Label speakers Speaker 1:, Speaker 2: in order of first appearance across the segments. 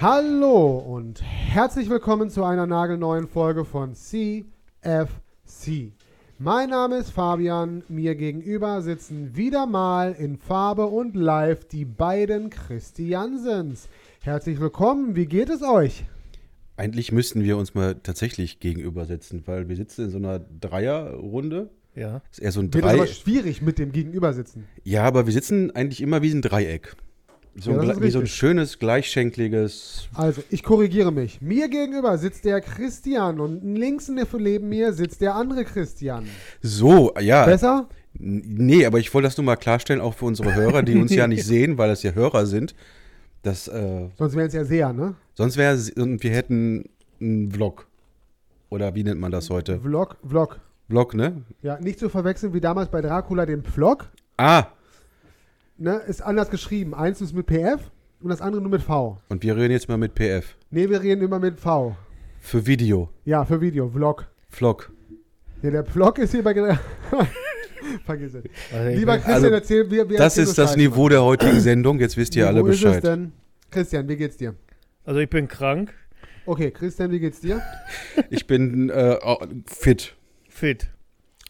Speaker 1: Hallo und herzlich willkommen zu einer nagelneuen Folge von CFC. Mein Name ist Fabian, mir gegenüber sitzen wieder mal in Farbe und live die beiden Christiansens. Herzlich willkommen, wie geht es euch?
Speaker 2: Eigentlich müssten wir uns mal tatsächlich gegenübersetzen, weil wir sitzen in so einer Dreierrunde.
Speaker 3: Ja.
Speaker 2: Ist eher so ein
Speaker 1: Wird aber
Speaker 2: Dreieck.
Speaker 1: schwierig mit dem Gegenübersitzen.
Speaker 2: Ja, aber wir sitzen eigentlich immer wie ein Dreieck. So
Speaker 1: Ja,
Speaker 2: ein,
Speaker 1: das
Speaker 2: Gle-
Speaker 1: ist
Speaker 2: wie so ein
Speaker 1: richtig.
Speaker 2: schönes, gleichschenkliges.
Speaker 1: Also, ich korrigiere mich. Mir gegenüber sitzt der Christian und links neben mir sitzt der andere Christian.
Speaker 2: So, ja.
Speaker 1: Besser?
Speaker 2: N- Nee, aber ich wollte das nur mal klarstellen, auch für unsere Hörer, die uns ja nicht sehen, weil das ja Hörer sind. Das, äh,
Speaker 1: Sonst wären es ja sehr, ne?
Speaker 2: sonst wäre es, und wir hätten einen Vlog. Oder wie nennt man das heute?
Speaker 1: Vlog, Vlog.
Speaker 2: Vlog, ne?
Speaker 1: Ja, nicht zu verwechseln wie damals bei Dracula den Vlog.
Speaker 2: Ah,
Speaker 1: Ne, ist anders geschrieben. Eins ist mit PF und das andere nur mit V.
Speaker 2: und wir reden jetzt mal mit PF.
Speaker 1: Ne, wir reden immer mit V.
Speaker 2: Für Video.
Speaker 1: Ja, für Video, Vlog.
Speaker 2: Vlog.
Speaker 1: Ja, der Vlog ist hier bei. Vergiss es.
Speaker 3: Also ich
Speaker 1: Lieber
Speaker 3: bin-
Speaker 1: Christian,
Speaker 2: also,
Speaker 1: erzähl, wir, wir
Speaker 2: Das
Speaker 1: erzählen
Speaker 2: ist
Speaker 1: Bescheid.
Speaker 2: das Niveau der heutigen Sendung. Jetzt wisst ihr
Speaker 1: Wie,
Speaker 2: alle
Speaker 1: wo Ist es
Speaker 2: Bescheid.
Speaker 1: denn? Christian, wie geht's dir?
Speaker 3: also ich bin krank,
Speaker 1: Okay, Christian, wie geht's dir?
Speaker 2: Ich bin äh, au- fit.
Speaker 3: fit.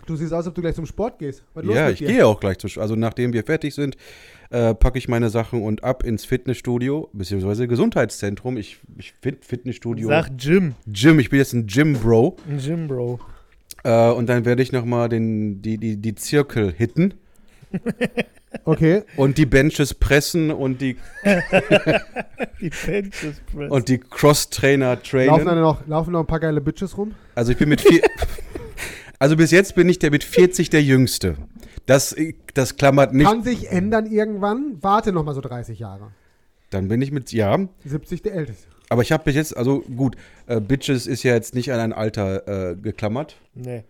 Speaker 1: Du siehst aus, als ob du gleich zum Sport gehst. Was ist los
Speaker 2: Ja,
Speaker 1: mit
Speaker 2: ich
Speaker 1: dir?
Speaker 2: gehe auch gleich zu. Sch- Also nachdem wir fertig sind, äh, packe ich meine Sachen und ab ins Fitnessstudio beziehungsweise Gesundheitszentrum. Ich, ich finde Fitnessstudio.
Speaker 3: Sag Jim.
Speaker 2: Gym. Ich bin jetzt ein Gym Bro
Speaker 3: Ein Jim, Bro.
Speaker 2: äh, und dann werde ich noch mal den die die die Zirkel hitten
Speaker 1: Okay,
Speaker 2: und die Benches pressen und die
Speaker 3: Die Benches Press.
Speaker 2: und die Cross Trainer
Speaker 1: laufen, dann
Speaker 2: trainen.
Speaker 1: noch, laufen noch ein paar geile Bitches rum.
Speaker 2: Also ich bin mit vier. Also bis jetzt bin ich der mit 40 der Jüngste. Das, äh, das klammert nicht.
Speaker 1: Kann sich ändern irgendwann. Warte noch mal so 30 Jahre.
Speaker 2: Dann bin ich mit, ja,
Speaker 1: 70 der Älteste.
Speaker 2: Aber ich habe bis jetzt, also gut, äh, Bitches ist ja jetzt nicht an ein Alter äh, geklammert.
Speaker 3: nee.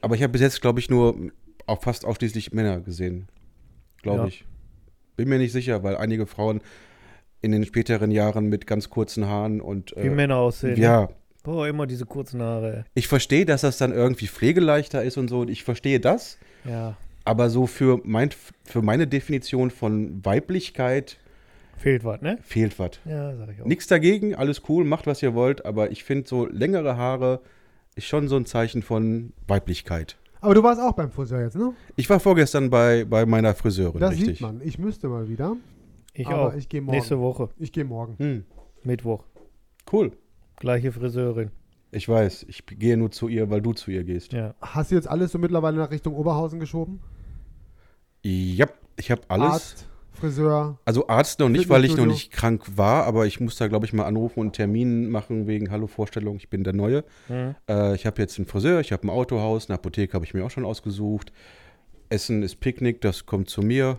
Speaker 2: Aber ich habe bis jetzt, glaube ich, nur mh, auch fast ausschließlich Männer gesehen. Glaube
Speaker 3: Ja.
Speaker 2: ich. Bin mir nicht sicher, weil einige Frauen in den späteren Jahren mit ganz kurzen Haaren und. äh,
Speaker 3: Wie Männer aussehen. ne?
Speaker 2: Ja.
Speaker 3: Boah, immer diese kurzen Haare.
Speaker 2: Ich verstehe, dass das dann irgendwie pflegeleichter ist und so. Ich verstehe das.
Speaker 3: Ja.
Speaker 2: Aber so für, mein, für meine Definition von Weiblichkeit
Speaker 3: Fehlt was, ne?
Speaker 2: fehlt was.
Speaker 3: Ja, sag ich auch.
Speaker 2: Nichts dagegen, alles cool, macht was ihr wollt, aber ich finde so längere Haare ist schon so ein Zeichen von Weiblichkeit.
Speaker 1: Aber du warst auch beim Friseur jetzt, ne?
Speaker 2: Ich war vorgestern bei, bei meiner Friseurin,
Speaker 1: Das
Speaker 2: richtig.
Speaker 1: sieht man. Ich müsste mal wieder.
Speaker 3: Ich
Speaker 1: aber
Speaker 3: auch.
Speaker 1: ich gehe morgen.
Speaker 3: Nächste Woche,
Speaker 1: Ich gehe morgen.
Speaker 2: Hm,
Speaker 3: Mittwoch.
Speaker 2: cool.
Speaker 3: Gleiche Friseurin.
Speaker 2: Ich weiß, ich gehe nur zu ihr, weil du zu ihr gehst.
Speaker 3: Ja.
Speaker 1: Hast du jetzt alles so mittlerweile nach Richtung Oberhausen geschoben?
Speaker 2: Ja, ich habe alles.
Speaker 1: Arzt, Friseur.
Speaker 2: Also Arzt noch nicht, weil ich noch
Speaker 1: Fitnessstudio.
Speaker 2: nicht krank war, aber ich muss da, glaube ich, mal anrufen und einen Termin machen wegen Hallo Vorstellung, ich bin der Neue.
Speaker 3: Mhm.
Speaker 2: Äh, ich habe jetzt einen Friseur, ich habe ein Autohaus, eine Apotheke habe ich mir auch schon ausgesucht. Essen ist Picknick, das kommt zu mir.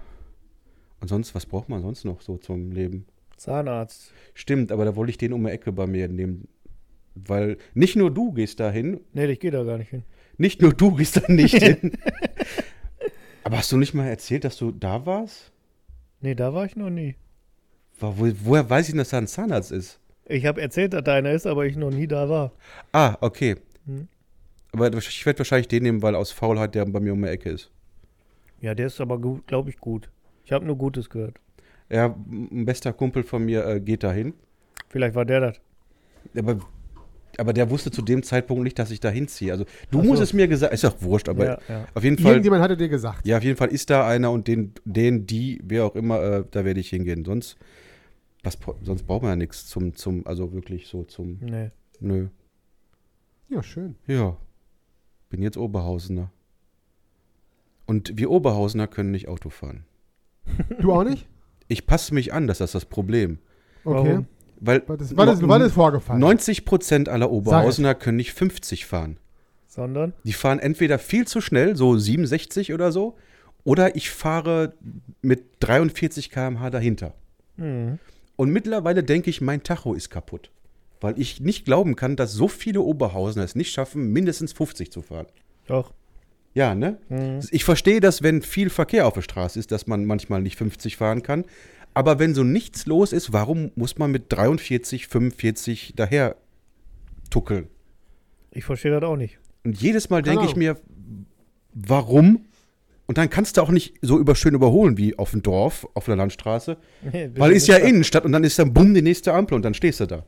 Speaker 2: Und sonst, was braucht man sonst noch so zum Leben?
Speaker 3: Zahnarzt.
Speaker 2: Stimmt, aber da wollte ich den um die Ecke bei mir nehmen. Weil nicht nur du gehst da hin,
Speaker 3: Nee, ich gehe da gar nicht hin.
Speaker 2: nicht nur du gehst da nicht hin. aber hast du nicht mal erzählt, dass du da warst?
Speaker 3: Nee, da war ich noch nie.
Speaker 2: Wa- Wo, woher weiß ich, denn, dass da ein Zahnarzt ist?
Speaker 3: Ich habe erzählt, dass da einer ist, aber ich noch nie da war.
Speaker 2: Ah, okay.
Speaker 3: Mhm.
Speaker 2: Aber ich werde wahrscheinlich den nehmen, weil aus Faulheit der bei mir um die Ecke ist.
Speaker 3: Ja, der ist aber, glaube ich, gut. Ich habe nur Gutes gehört.
Speaker 2: Ja, ein bester Kumpel von mir äh, geht da hin.
Speaker 3: Vielleicht war der das.
Speaker 2: Aber, aber der wusste zu dem Zeitpunkt nicht, dass ich da hinziehe. Also du
Speaker 3: Ach so.
Speaker 2: musst es mir gesagt, ist doch wurscht, aber
Speaker 3: Ja, ja.
Speaker 2: auf jeden Fall.
Speaker 1: Irgendjemand hatte dir gesagt.
Speaker 2: Ja, auf jeden Fall ist da einer und den, den die, wer auch immer, äh, da werde ich hingehen. Sonst, was, bra- sonst braucht man ja nichts zum, zum, also wirklich so zum,
Speaker 3: Nee.
Speaker 2: nö.
Speaker 1: Ja, schön.
Speaker 2: Ja, bin jetzt Oberhausener. Und wir Oberhausener können nicht Auto fahren.
Speaker 1: Du auch nicht?
Speaker 2: Ich passe mich an, das ist das Problem.
Speaker 1: Okay.
Speaker 3: Warum?
Speaker 2: Weil
Speaker 1: Was ist, was, ist, was ist vorgefallen?
Speaker 2: 90 Prozent aller Oberhausener können nicht 50 fahren.
Speaker 3: Sondern?
Speaker 2: Die fahren entweder viel zu schnell, so 67 oder so, oder ich fahre mit 43 km/h dahinter.
Speaker 3: Mhm.
Speaker 2: Und mittlerweile denke ich, mein Tacho ist kaputt. Weil ich nicht glauben kann, dass so viele Oberhausener es nicht schaffen, mindestens 50 zu fahren.
Speaker 3: Doch.
Speaker 2: Ja, ne? Ich verstehe das, wenn viel Verkehr auf der Straße ist, dass man manchmal nicht 50 fahren kann. Aber wenn so nichts los ist, warum muss man mit 43, 45 daher tuckeln?
Speaker 3: Ich verstehe das auch nicht.
Speaker 2: Und jedes Mal
Speaker 1: Keine
Speaker 2: denke ich
Speaker 1: Ahnung.
Speaker 3: Genau.
Speaker 2: mir, warum? Und dann kannst du auch nicht so überschön überholen wie auf dem Dorf, auf der Landstraße. Weil ist ja Innenstadt und dann ist dann bumm die nächste Ampel und dann stehst du da.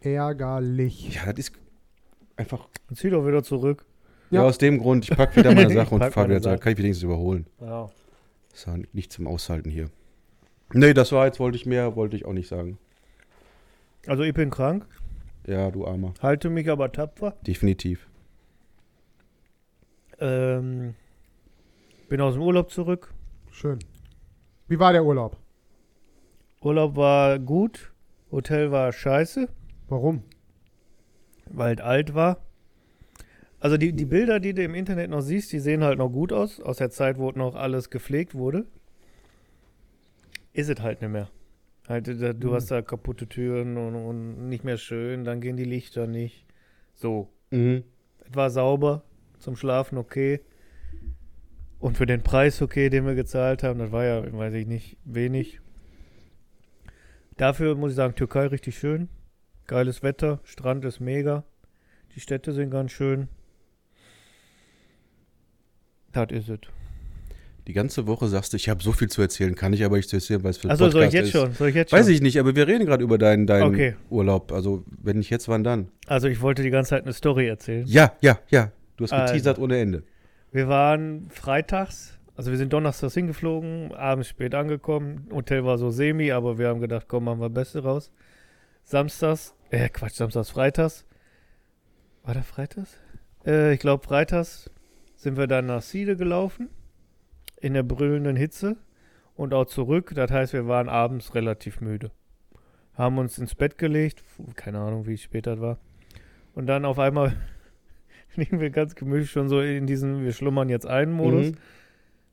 Speaker 1: Ärgerlich.
Speaker 2: Ja, das ist einfach.
Speaker 3: Zieh doch wieder zurück.
Speaker 2: Ja,
Speaker 1: Ja.
Speaker 2: aus dem Grund, ich packe wieder meine
Speaker 3: Ich
Speaker 2: Sache und
Speaker 3: pack
Speaker 2: fahre
Speaker 3: meine
Speaker 2: wieder zurück.
Speaker 3: Sache.
Speaker 2: Kann ich wenigstens überholen.
Speaker 3: Ja.
Speaker 2: Ist ja nicht zum Aushalten hier. Nee, das war jetzt, wollte ich mehr, wollte ich auch nicht sagen.
Speaker 3: Also ich bin krank,
Speaker 2: Ja, du Armer.
Speaker 3: halte mich aber tapfer.
Speaker 2: Definitiv.
Speaker 3: Ähm, bin aus dem Urlaub zurück.
Speaker 1: Schön. Wie war der Urlaub?
Speaker 3: Urlaub war gut, Hotel war scheiße,
Speaker 1: Warum?
Speaker 3: weil es alt war. Also die, die Bilder, die du im Internet noch siehst, die sehen halt noch gut aus, aus der Zeit, wo noch alles gepflegt wurde. Ist es halt nicht mehr. Halt, da, du
Speaker 1: Mhm.
Speaker 3: hast da kaputte Türen und, und nicht mehr schön, dann gehen die Lichter nicht. So,
Speaker 2: Mhm.
Speaker 3: Es war sauber, zum Schlafen okay. Und für den Preis okay, den wir gezahlt haben, das war ja, weiß ich nicht, wenig. Dafür muss ich sagen, Türkei richtig schön. Geiles Wetter, Strand ist mega. Die Städte sind ganz schön. Das ist es.
Speaker 2: Die ganze Woche sagst du, ich habe so viel zu erzählen, kann ich aber nicht zu erzählen, weil es für einen
Speaker 3: Achso, Also soll ich
Speaker 2: Podcast
Speaker 3: jetzt
Speaker 2: ist.
Speaker 3: schon? Soll ich jetzt
Speaker 2: Weiß
Speaker 3: schon?
Speaker 2: ich nicht, aber wir reden gerade über deinen, deinen
Speaker 3: Okay.
Speaker 2: Urlaub. Also, wenn nicht jetzt, wann dann?
Speaker 3: Also ich wollte die ganze Zeit eine Story erzählen.
Speaker 2: Ja, ja, ja. Du hast
Speaker 3: Also.
Speaker 2: geteasert ohne Ende.
Speaker 3: Wir waren freitags, also wir sind donnerstags hingeflogen, abends spät angekommen. Hotel war so semi, aber wir haben gedacht, komm, machen wir Beste raus. Samstags, äh, Quatsch, samstags, freitags. War der freitags? Äh, ich glaube, freitags sind wir dann nach Siede gelaufen, in der brüllenden Hitze und auch zurück. Das heißt, wir waren abends relativ müde. Haben uns ins Bett gelegt, Puh, keine Ahnung, wie spät das war. Und dann auf einmal liegen wir ganz gemütlich schon so in diesem, wir schlummern jetzt ein Modus.
Speaker 2: Mhm.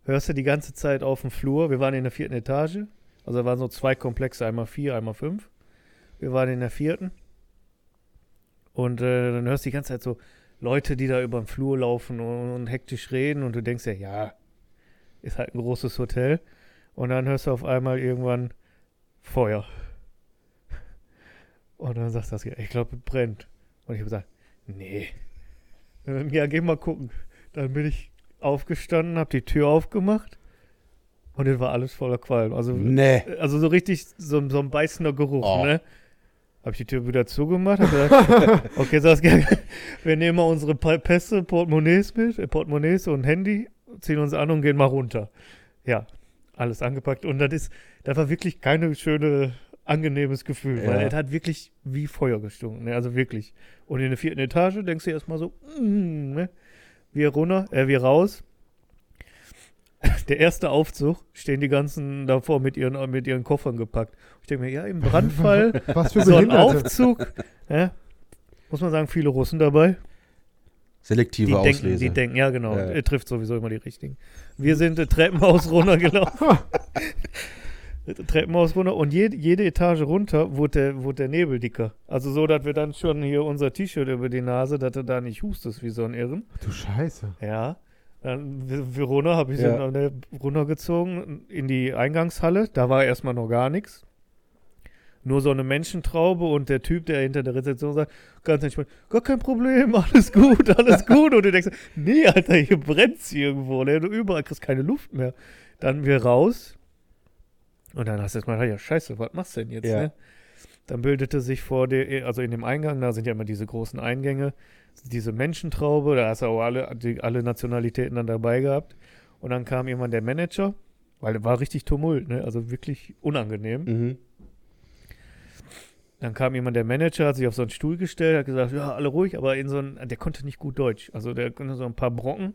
Speaker 3: Hörst du die ganze Zeit auf dem Flur. Wir waren in der vierten Etage. Also da waren so zwei Komplexe, einmal vier, einmal fünf. Wir waren in der vierten. Und äh, dann hörst du die ganze Zeit so Leute, die da über den Flur laufen und, und hektisch reden. Und du denkst ja, ja, ist halt ein großes Hotel. Und dann hörst du auf einmal irgendwann Feuer. Und dann sagst du, das, ich glaube, es brennt. Und ich habe gesagt, nee. Ähm, Ja, geh mal gucken. Dann bin ich aufgestanden, habe die Tür aufgemacht und es war alles voller Qualm. Also,
Speaker 2: Nee.
Speaker 3: also so richtig so, so ein beißender Geruch,
Speaker 2: Oh.
Speaker 3: ne? Habe ich die Tür wieder zugemacht, hab gesagt, okay, Saskia, wir nehmen mal unsere Pa- Pässe, Portemonnaies mit, äh, Portemonnaies und Handy, ziehen uns an und gehen mal runter. Ja, alles angepackt und das ist, das war wirklich keine schöne, angenehmes Gefühl, weil
Speaker 2: Ja.
Speaker 3: es hat wirklich wie Feuer gestunken, ne? also wirklich. Und in der vierten Etage denkst du erstmal so, mm, ne? wir runter, äh, wir raus. Der erste Aufzug stehen die ganzen davor mit ihren, mit ihren Koffern gepackt. Ich denke mir, ja, im Brandfall,
Speaker 1: Was für
Speaker 3: so ein
Speaker 1: Behinderte.
Speaker 3: Aufzug. Ja, muss man sagen, viele Russen dabei.
Speaker 2: Selektive
Speaker 3: Die denken,
Speaker 2: Auslese.
Speaker 3: die denken, ja genau,
Speaker 2: Ja.
Speaker 3: er trifft sowieso immer die richtigen. Wir sind äh, Treppenhaus runtergelaufen. Treppenhaus runter und jede, jede Etage runter wurde der, wurde der Nebel dicker. Also so, dass wir dann schon hier unser T-Shirt über die Nase, dass du da nicht hustest wie so ein Irren.
Speaker 1: Du Scheiße.
Speaker 3: Ja. Dann Vi- Verona habe ich
Speaker 2: Ja.
Speaker 3: dann äh, runtergezogen in die Eingangshalle. Da war erstmal noch gar nichts. Nur so eine Menschentraube und der Typ, der hinter der Rezeption sagt, ganz entspannt, gar kein Problem, alles gut, alles gut. Und du denkst, nee, Alter, hier brennt's irgendwo, ne? du überall kriegst keine Luft mehr. Dann wir raus und dann hast du erstmal, ja, scheiße, was machst du denn jetzt,
Speaker 2: Ja.
Speaker 3: ne? Dann bildete sich vor dir, also in dem Eingang, da sind ja immer diese großen Eingänge, diese Menschentraube, da hast du auch alle, die, alle Nationalitäten dann dabei gehabt. Und dann kam irgendwann der Manager, weil da war richtig Tumult, ne? also wirklich unangenehm.
Speaker 2: Mhm.
Speaker 3: Dann kam jemand, der Manager, hat sich auf so einen Stuhl gestellt, hat gesagt, ja, alle ruhig, aber in so einen, der konnte nicht gut Deutsch. Also der konnte so ein paar Brocken.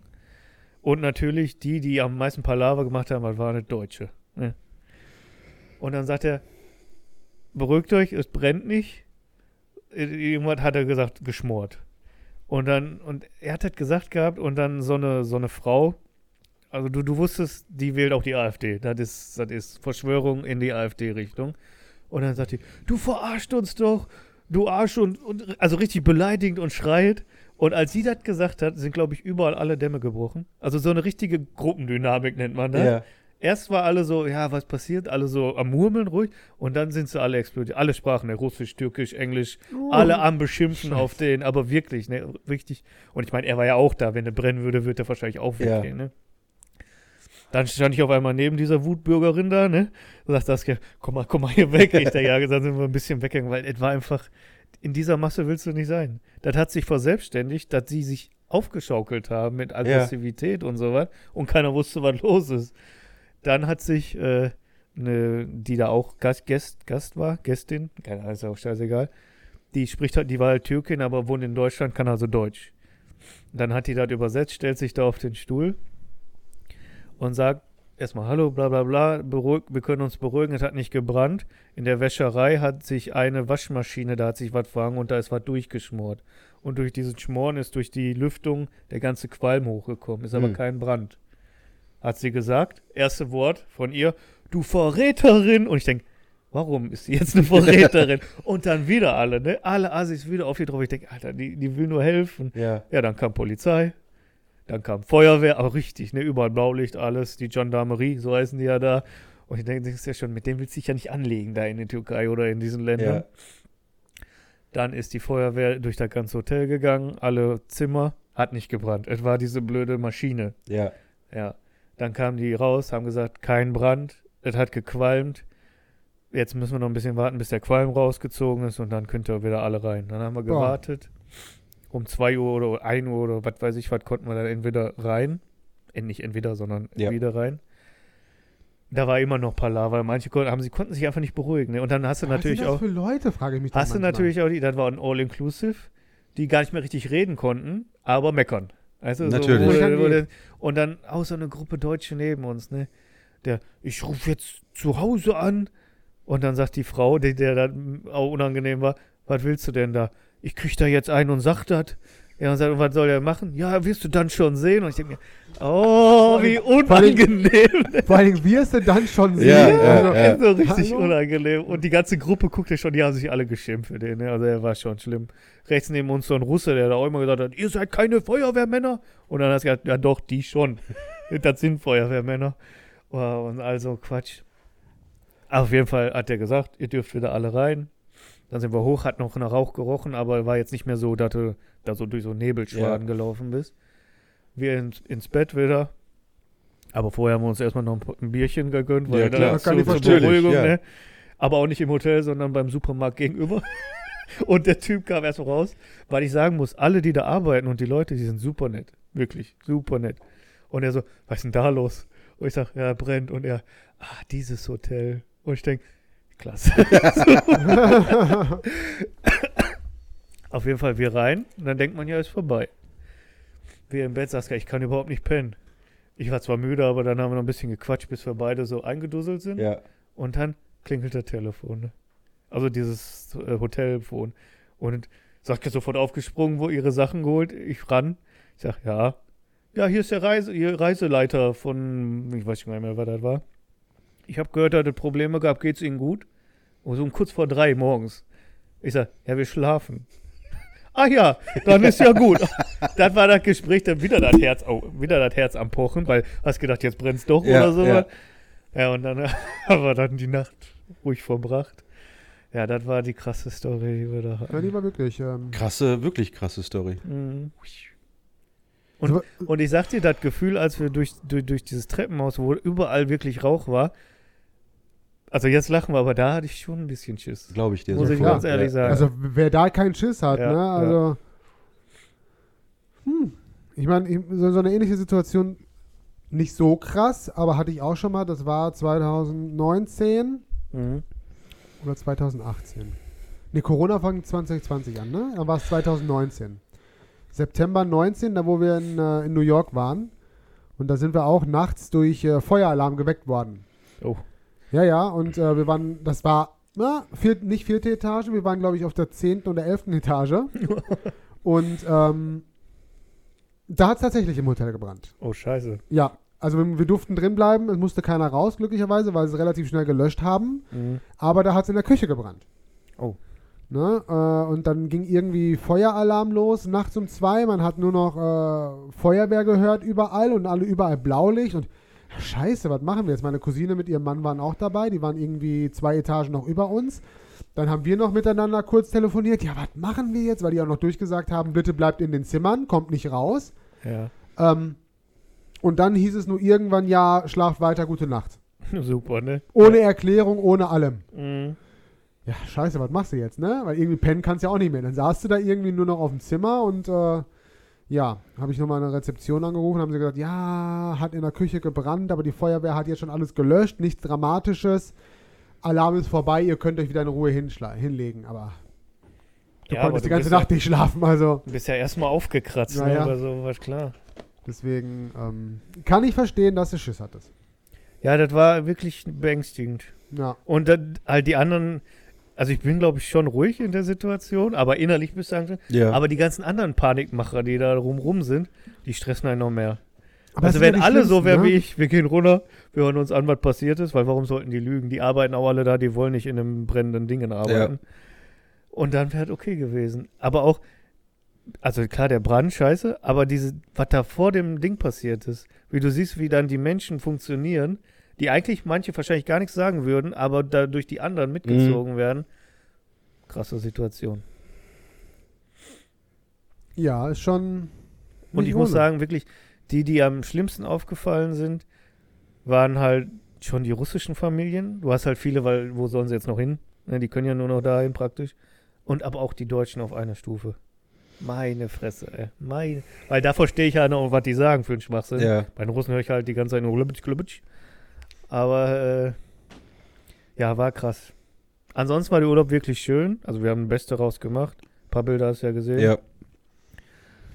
Speaker 3: Und natürlich die, die am meisten Palaver gemacht haben, das waren die Deutsche. Ne? Und dann sagt er, beruhigt euch, es brennt nicht. Irgendwas hat er gesagt, geschmort. Und dann, und er hat das gesagt gehabt und dann so eine, so eine Frau, also du, du wusstest, die wählt auch die AfD. Das ist, das ist Verschwörung in die AfD-Richtung. Und dann sagt die, du verarscht uns doch, du Arsch und, und also richtig beleidigend und schreit. Und als sie das gesagt hat, sind, glaube ich, überall alle Dämme gebrochen. Also so eine richtige Gruppendynamik nennt man das.
Speaker 2: Ja.
Speaker 3: Erst war alle so, ja, was passiert? Alle so am Murmeln ruhig. Und dann sind sie alle explodiert. Alle Sprachen, ne? Russisch, Türkisch, Englisch.
Speaker 1: Oh.
Speaker 3: Alle am Beschimpfen auf den. Aber wirklich, ne? Richtig. Und ich meine, er war ja auch da. Wenn er brennen würde, würde er wahrscheinlich auch
Speaker 2: Ja.
Speaker 3: weggehen, ne? Dann stand ich auf einmal neben dieser Wutbürgerin da, ne? Sagt das, komm mal, komm mal hier weg. Ich der ja gesagt, sind wir ein bisschen weggegangen, weil es war einfach, in dieser Masse willst du nicht sein. Das hat sich verselbstständigt, dass sie sich aufgeschaukelt haben mit Aggressivität und so was und keiner wusste, was los ist. Dann hat sich äh, eine, die da auch Gast, Gast, Gast war, Gästin, keine Ahnung, ist ja auch scheißegal, die spricht halt, die war halt Türkin, aber wohnt in Deutschland, kann also Deutsch. Dann hat die das übersetzt, stellt sich da auf den Stuhl und sagt erstmal Hallo, bla bla bla, beruhig, wir können uns beruhigen, es hat nicht gebrannt. In der Wäscherei hat sich eine Waschmaschine, da hat sich was verhangen und da ist was durchgeschmort. Und durch diesen Schmoren ist durch die Lüftung der ganze Qualm hochgekommen, ist aber
Speaker 2: Hm.
Speaker 3: kein Brand. Hat sie gesagt, erste Wort von ihr, du Verräterin. Und ich denke, warum ist sie jetzt eine Verräterin? und dann wieder alle, ne? Alle Assis wieder auf die drauf. Ich denke, Alter, die, die will nur helfen.
Speaker 2: Ja.
Speaker 3: Ja, dann kam Polizei, dann kam Feuerwehr, aber richtig, ne? Überall Blaulicht, alles, die Gendarmerie, so heißen die ja da. Und ich denke, denkst ja schon, mit dem willst du dich ja nicht anlegen da in der Türkei oder in diesen Ländern.
Speaker 2: Ja.
Speaker 3: Dann ist die Feuerwehr durch das ganze Hotel gegangen, alle Zimmer, hat nicht gebrannt. Es war diese blöde Maschine.
Speaker 2: Ja.
Speaker 3: Ja. Dann kamen die raus, haben gesagt, kein Brand, es hat gequalmt. Jetzt müssen wir noch ein bisschen warten, bis der Qualm rausgezogen ist und dann könnt ihr wieder alle rein. Dann haben wir
Speaker 1: Boah.
Speaker 3: gewartet. Um 2 Uhr oder 1 Uhr oder was weiß ich, was konnten wir dann entweder rein. Äh, Nicht entweder, sondern
Speaker 2: Ja.
Speaker 3: wieder rein. Da war immer noch Palaver. Manche konnten, haben, sie konnten sich einfach nicht beruhigen. Ne? Und dann hast du natürlich
Speaker 1: Was sind das
Speaker 3: auch.
Speaker 1: für Leute, frage ich mich.
Speaker 3: Hast du
Speaker 1: dann manchmal.
Speaker 3: natürlich auch die, das war ein All-Inclusive, die gar nicht mehr richtig reden konnten, aber meckern. Also
Speaker 2: Natürlich.
Speaker 3: So,
Speaker 1: Meckern
Speaker 3: wurde, wurde, und dann auch so eine Gruppe Deutsche neben uns, ne? Der, ich rufe jetzt zu Hause an. Und dann sagt die Frau, die, der dann auch unangenehm war, was willst du denn da? Ich krieg da jetzt einen und sag das. Ja, und sagt, und was soll er machen? Ja, wirst du dann schon sehen. Und ich denke mir, oh, wie
Speaker 1: allem-
Speaker 3: unangenehm.
Speaker 1: Vor allem wirst du dann schon sehen.
Speaker 2: Ja,
Speaker 1: also,
Speaker 2: ja,
Speaker 3: so richtig
Speaker 1: Hallo?
Speaker 3: unangenehm. Und die ganze Gruppe guckte schon, die haben sich alle geschimpft für den. Ne? Also er war schon schlimm. Rechts neben uns so ein Russe, der da auch immer gesagt hat, ihr seid keine Feuerwehrmänner. Und dann hast du gesagt, ja doch, die schon. das sind Feuerwehrmänner. Wow, Und also Quatsch. Auf jeden Fall hat er gesagt, ihr dürft wieder alle rein. Dann sind wir hoch, hat noch nach Rauch gerochen, aber war jetzt nicht mehr so, dass du da so durch so einen Nebelschwaden gelaufen bist. Wir ins, ins Bett wieder. Aber vorher haben wir uns erstmal noch ein, P- ein Bierchen gegönnt, weil
Speaker 2: Ja,
Speaker 3: da
Speaker 2: klar.
Speaker 3: zur-
Speaker 1: Kann ich
Speaker 3: zur
Speaker 2: verstehen.
Speaker 3: Beruhigung,
Speaker 2: Ja.
Speaker 3: ne? Aber auch nicht im Hotel, sondern beim Supermarkt gegenüber. und der Typ kam erst raus, weil ich sagen muss, alle, die da arbeiten und die Leute, die sind super nett. Wirklich, super nett. Und er so, was ist denn da los? Und ich sag, ja, brennt. Und er, ah, dieses Hotel. Und ich denke, klasse. Auf jeden Fall wir rein und dann denkt man ja, ist vorbei. Wir im Bett, Saskia, ich kann überhaupt nicht pennen. Ich war zwar müde, aber dann haben wir noch ein bisschen gequatscht, bis wir beide so eingedusselt sind.
Speaker 2: Ja.
Speaker 3: Und dann klingelt das Telefon. ne? Also dieses äh, Hotelfon. Und Saskia ist sofort aufgesprungen, wo ihre Sachen geholt. Ich ran. Ich sag, ja. Ja, hier ist der Reise, ihr Reiseleiter von, ich weiß nicht mehr, wer das war. Ich habe gehört, er hatte Probleme gehabt. Geht's Ihnen gut? Und so um kurz vor drei morgens. Ich sag, ja, wir schlafen. Ah ja, dann ist ja gut. das war das Gespräch, dann wieder das Herz, oh, wieder das Herz am Pochen, weil hast gedacht, jetzt brennt's doch
Speaker 2: Ja,
Speaker 3: oder so.
Speaker 2: ja.
Speaker 3: ja, und dann haben wir dann die Nacht ruhig verbracht. Ja, das war die krasse Story, die wir da
Speaker 1: Ja,
Speaker 3: hatten.
Speaker 1: die war wirklich. Ähm,
Speaker 2: Krasse, wirklich krasse Story.
Speaker 3: Mhm.
Speaker 1: so-
Speaker 3: Und ich sag dir, das Gefühl, als wir durch, durch, durch dieses Treppenhaus, wo überall wirklich Rauch war, also jetzt lachen wir, aber da hatte ich schon ein bisschen Schiss.
Speaker 2: Glaube ich dir
Speaker 3: Muss ich
Speaker 2: sofort.
Speaker 1: ganz
Speaker 3: ehrlich sagen.
Speaker 1: also, wer da keinen Schiss hat,
Speaker 3: Ja,
Speaker 1: ne?
Speaker 3: ja.
Speaker 1: Also. Hm. Ich meine, ich- so, so eine ähnliche Situation, nicht so krass, aber hatte ich auch schon mal. Das war 2019
Speaker 3: Mhm.
Speaker 1: oder 2018. Ne, Corona fängt 2020 an, ne? Dann war es 2019. September 19, da wo wir in, äh, in New York waren. Und da sind wir auch nachts durch äh, Feueralarm geweckt worden.
Speaker 3: Oh.
Speaker 1: Ja, ja, und äh, wir waren, das war na, vier, nicht vierte Etage, wir waren, glaube ich, auf der zehnten oder elften Etage. und ähm, da hat es tatsächlich im Hotel gebrannt.
Speaker 3: Oh, scheiße.
Speaker 1: Ja, also wir, wir durften drin bleiben, es musste keiner raus, glücklicherweise, weil sie es relativ schnell gelöscht haben.
Speaker 3: Mhm.
Speaker 1: Aber da hat es in der Küche gebrannt.
Speaker 3: Oh.
Speaker 1: Ne? Äh, und dann ging irgendwie Feueralarm los, nachts um zwei. Man hat nur noch äh, Feuerwehr gehört überall und alle überall Blaulicht. Und ja, scheiße, was machen wir jetzt? Meine Cousine mit ihrem Mann waren auch dabei. Die waren irgendwie zwei Etagen noch über uns. Dann haben wir noch miteinander kurz telefoniert. Ja, was machen wir jetzt? Weil die auch noch durchgesagt haben, bitte bleibt in den Zimmern, kommt nicht raus.
Speaker 3: Ja,
Speaker 1: Ähm, und dann hieß es nur irgendwann, ja, schlaft weiter, gute Nacht.
Speaker 3: super, ne?
Speaker 1: Ohne Erklärung, ohne allem.
Speaker 3: Mhm.
Speaker 1: Ja, scheiße, was machst du jetzt, ne? Weil irgendwie pennen kannst du ja auch nicht mehr. Dann saß du da irgendwie nur noch auf dem Zimmer und äh, ja, habe ich nochmal eine Rezeption angerufen, haben sie gesagt, ja, hat in der Küche gebrannt, aber die Feuerwehr hat jetzt schon alles gelöscht, nichts Dramatisches. Alarm ist vorbei, ihr könnt euch wieder in Ruhe hinschla hinlegen, aber du
Speaker 3: Ja, aber
Speaker 1: konntest die ganze
Speaker 3: bist ja-
Speaker 1: Nacht nicht schlafen, also
Speaker 3: Du bist ja erstmal aufgekratzt,
Speaker 1: Ja,
Speaker 3: ne?
Speaker 1: ja.
Speaker 3: Oder so, was klar.
Speaker 1: deswegen ähm, kann ich verstehen, dass du Schiss hattest.
Speaker 3: Ja, das war wirklich beängstigend.
Speaker 1: Ja,
Speaker 3: Und dann halt die anderen, also ich bin, glaube ich, schon ruhig in der Situation, aber innerlich bist du angst.
Speaker 2: Ja.
Speaker 3: Aber die ganzen anderen Panikmacher, die da rumrum sind, die stressen einen noch mehr.
Speaker 1: aber
Speaker 3: also
Speaker 1: das sind
Speaker 3: wenn
Speaker 1: die
Speaker 3: alle so
Speaker 1: Schlimmsten,
Speaker 3: wären
Speaker 1: ne?
Speaker 3: wie ich, wir gehen runter, wir hören uns an, was passiert ist, weil warum sollten die lügen? Die arbeiten auch alle da, die wollen nicht in einem brennenden Ding arbeiten. Und dann wäre es okay gewesen. Aber auch, also klar, der Brand, scheiße, aber diese, was da vor dem Ding passiert ist, wie du siehst, wie dann die Menschen funktionieren, die eigentlich manche wahrscheinlich gar nichts sagen würden, aber dadurch die anderen
Speaker 1: Mhm.
Speaker 3: mitgezogen werden. Krasse Situation.
Speaker 1: Ja, ist schon.
Speaker 3: Und
Speaker 1: nicht
Speaker 3: ich muss
Speaker 1: ohne.
Speaker 3: sagen, wirklich, die, die am schlimmsten aufgefallen sind, waren halt schon die russischen Familien. Du hast halt viele, weil wo sollen sie jetzt noch hin? Ne, die können ja nur noch dahin praktisch. Und aber auch die Deutschen auf einer Stufe. Meine Fresse, ey. Meine. Weil da verstehe ich ja noch, was die sagen für einen Schwachsinn.
Speaker 2: Ja.
Speaker 3: Bei den Russen höre ich halt die ganze Zeit nur glubitsch, glubitsch. Aber äh, ja, war krass. Ansonsten war der Urlaub wirklich schön. Also wir haben das Beste raus gemacht. Ein paar Bilder hast du ja gesehen.
Speaker 2: Ja.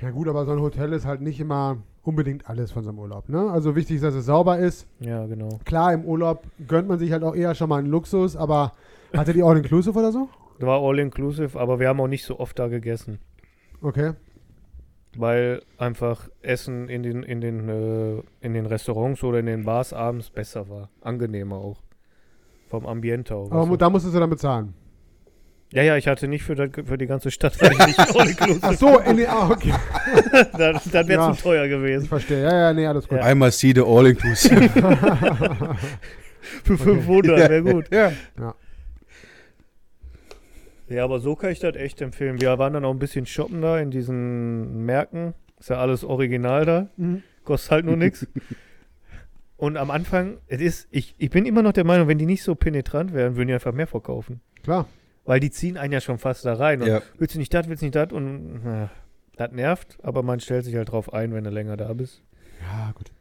Speaker 1: Ja gut, aber so ein Hotel ist halt nicht immer unbedingt alles von so einem Urlaub. Ne? Also wichtig ist, dass es sauber ist.
Speaker 3: ja genau.
Speaker 1: Klar, im Urlaub gönnt man sich halt auch eher schon mal einen Luxus, aber hatte die All Inclusive oder so?
Speaker 3: Da war all inclusive, aber wir haben auch nicht so oft da gegessen,
Speaker 1: Okay.
Speaker 3: weil einfach Essen in den in den äh, in den Restaurants oder in den Bars abends besser war, angenehmer auch vom Ambiente auch.
Speaker 1: Aber
Speaker 3: weißt du?
Speaker 1: mu- da musstest du dann bezahlen.
Speaker 3: ja, ja, ich hatte nicht für, das, für die ganze Stadt weil ich nicht all inclusive.
Speaker 1: Ach so, in den, ah, okay.
Speaker 3: Dann, dann wäre
Speaker 1: Ja.
Speaker 3: zu teuer
Speaker 1: Ich
Speaker 3: gewesen.
Speaker 1: verstehe. Ja, ja, nee, alles gut.
Speaker 3: Ja.
Speaker 2: Einmal see the all inclusive.
Speaker 3: Für 500 wäre gut.
Speaker 2: ja.
Speaker 3: Ja, aber so kann ich das echt empfehlen. Wir waren dann auch ein bisschen shoppen da in diesen Märkten. Ist ja alles original da.
Speaker 1: Mhm.
Speaker 3: Kostet halt nur nichts. Und am Anfang, es ist, ich, ich bin immer noch der Meinung, wenn die nicht so penetrant wären, würden die einfach mehr verkaufen.
Speaker 1: Klar.
Speaker 3: Weil die ziehen einen ja schon fast da rein. Und
Speaker 2: Ja.
Speaker 3: Willst du nicht das, willst du nicht das? Und na, das nervt, aber man stellt sich halt drauf ein, wenn du länger da bist.
Speaker 1: Ja, gut.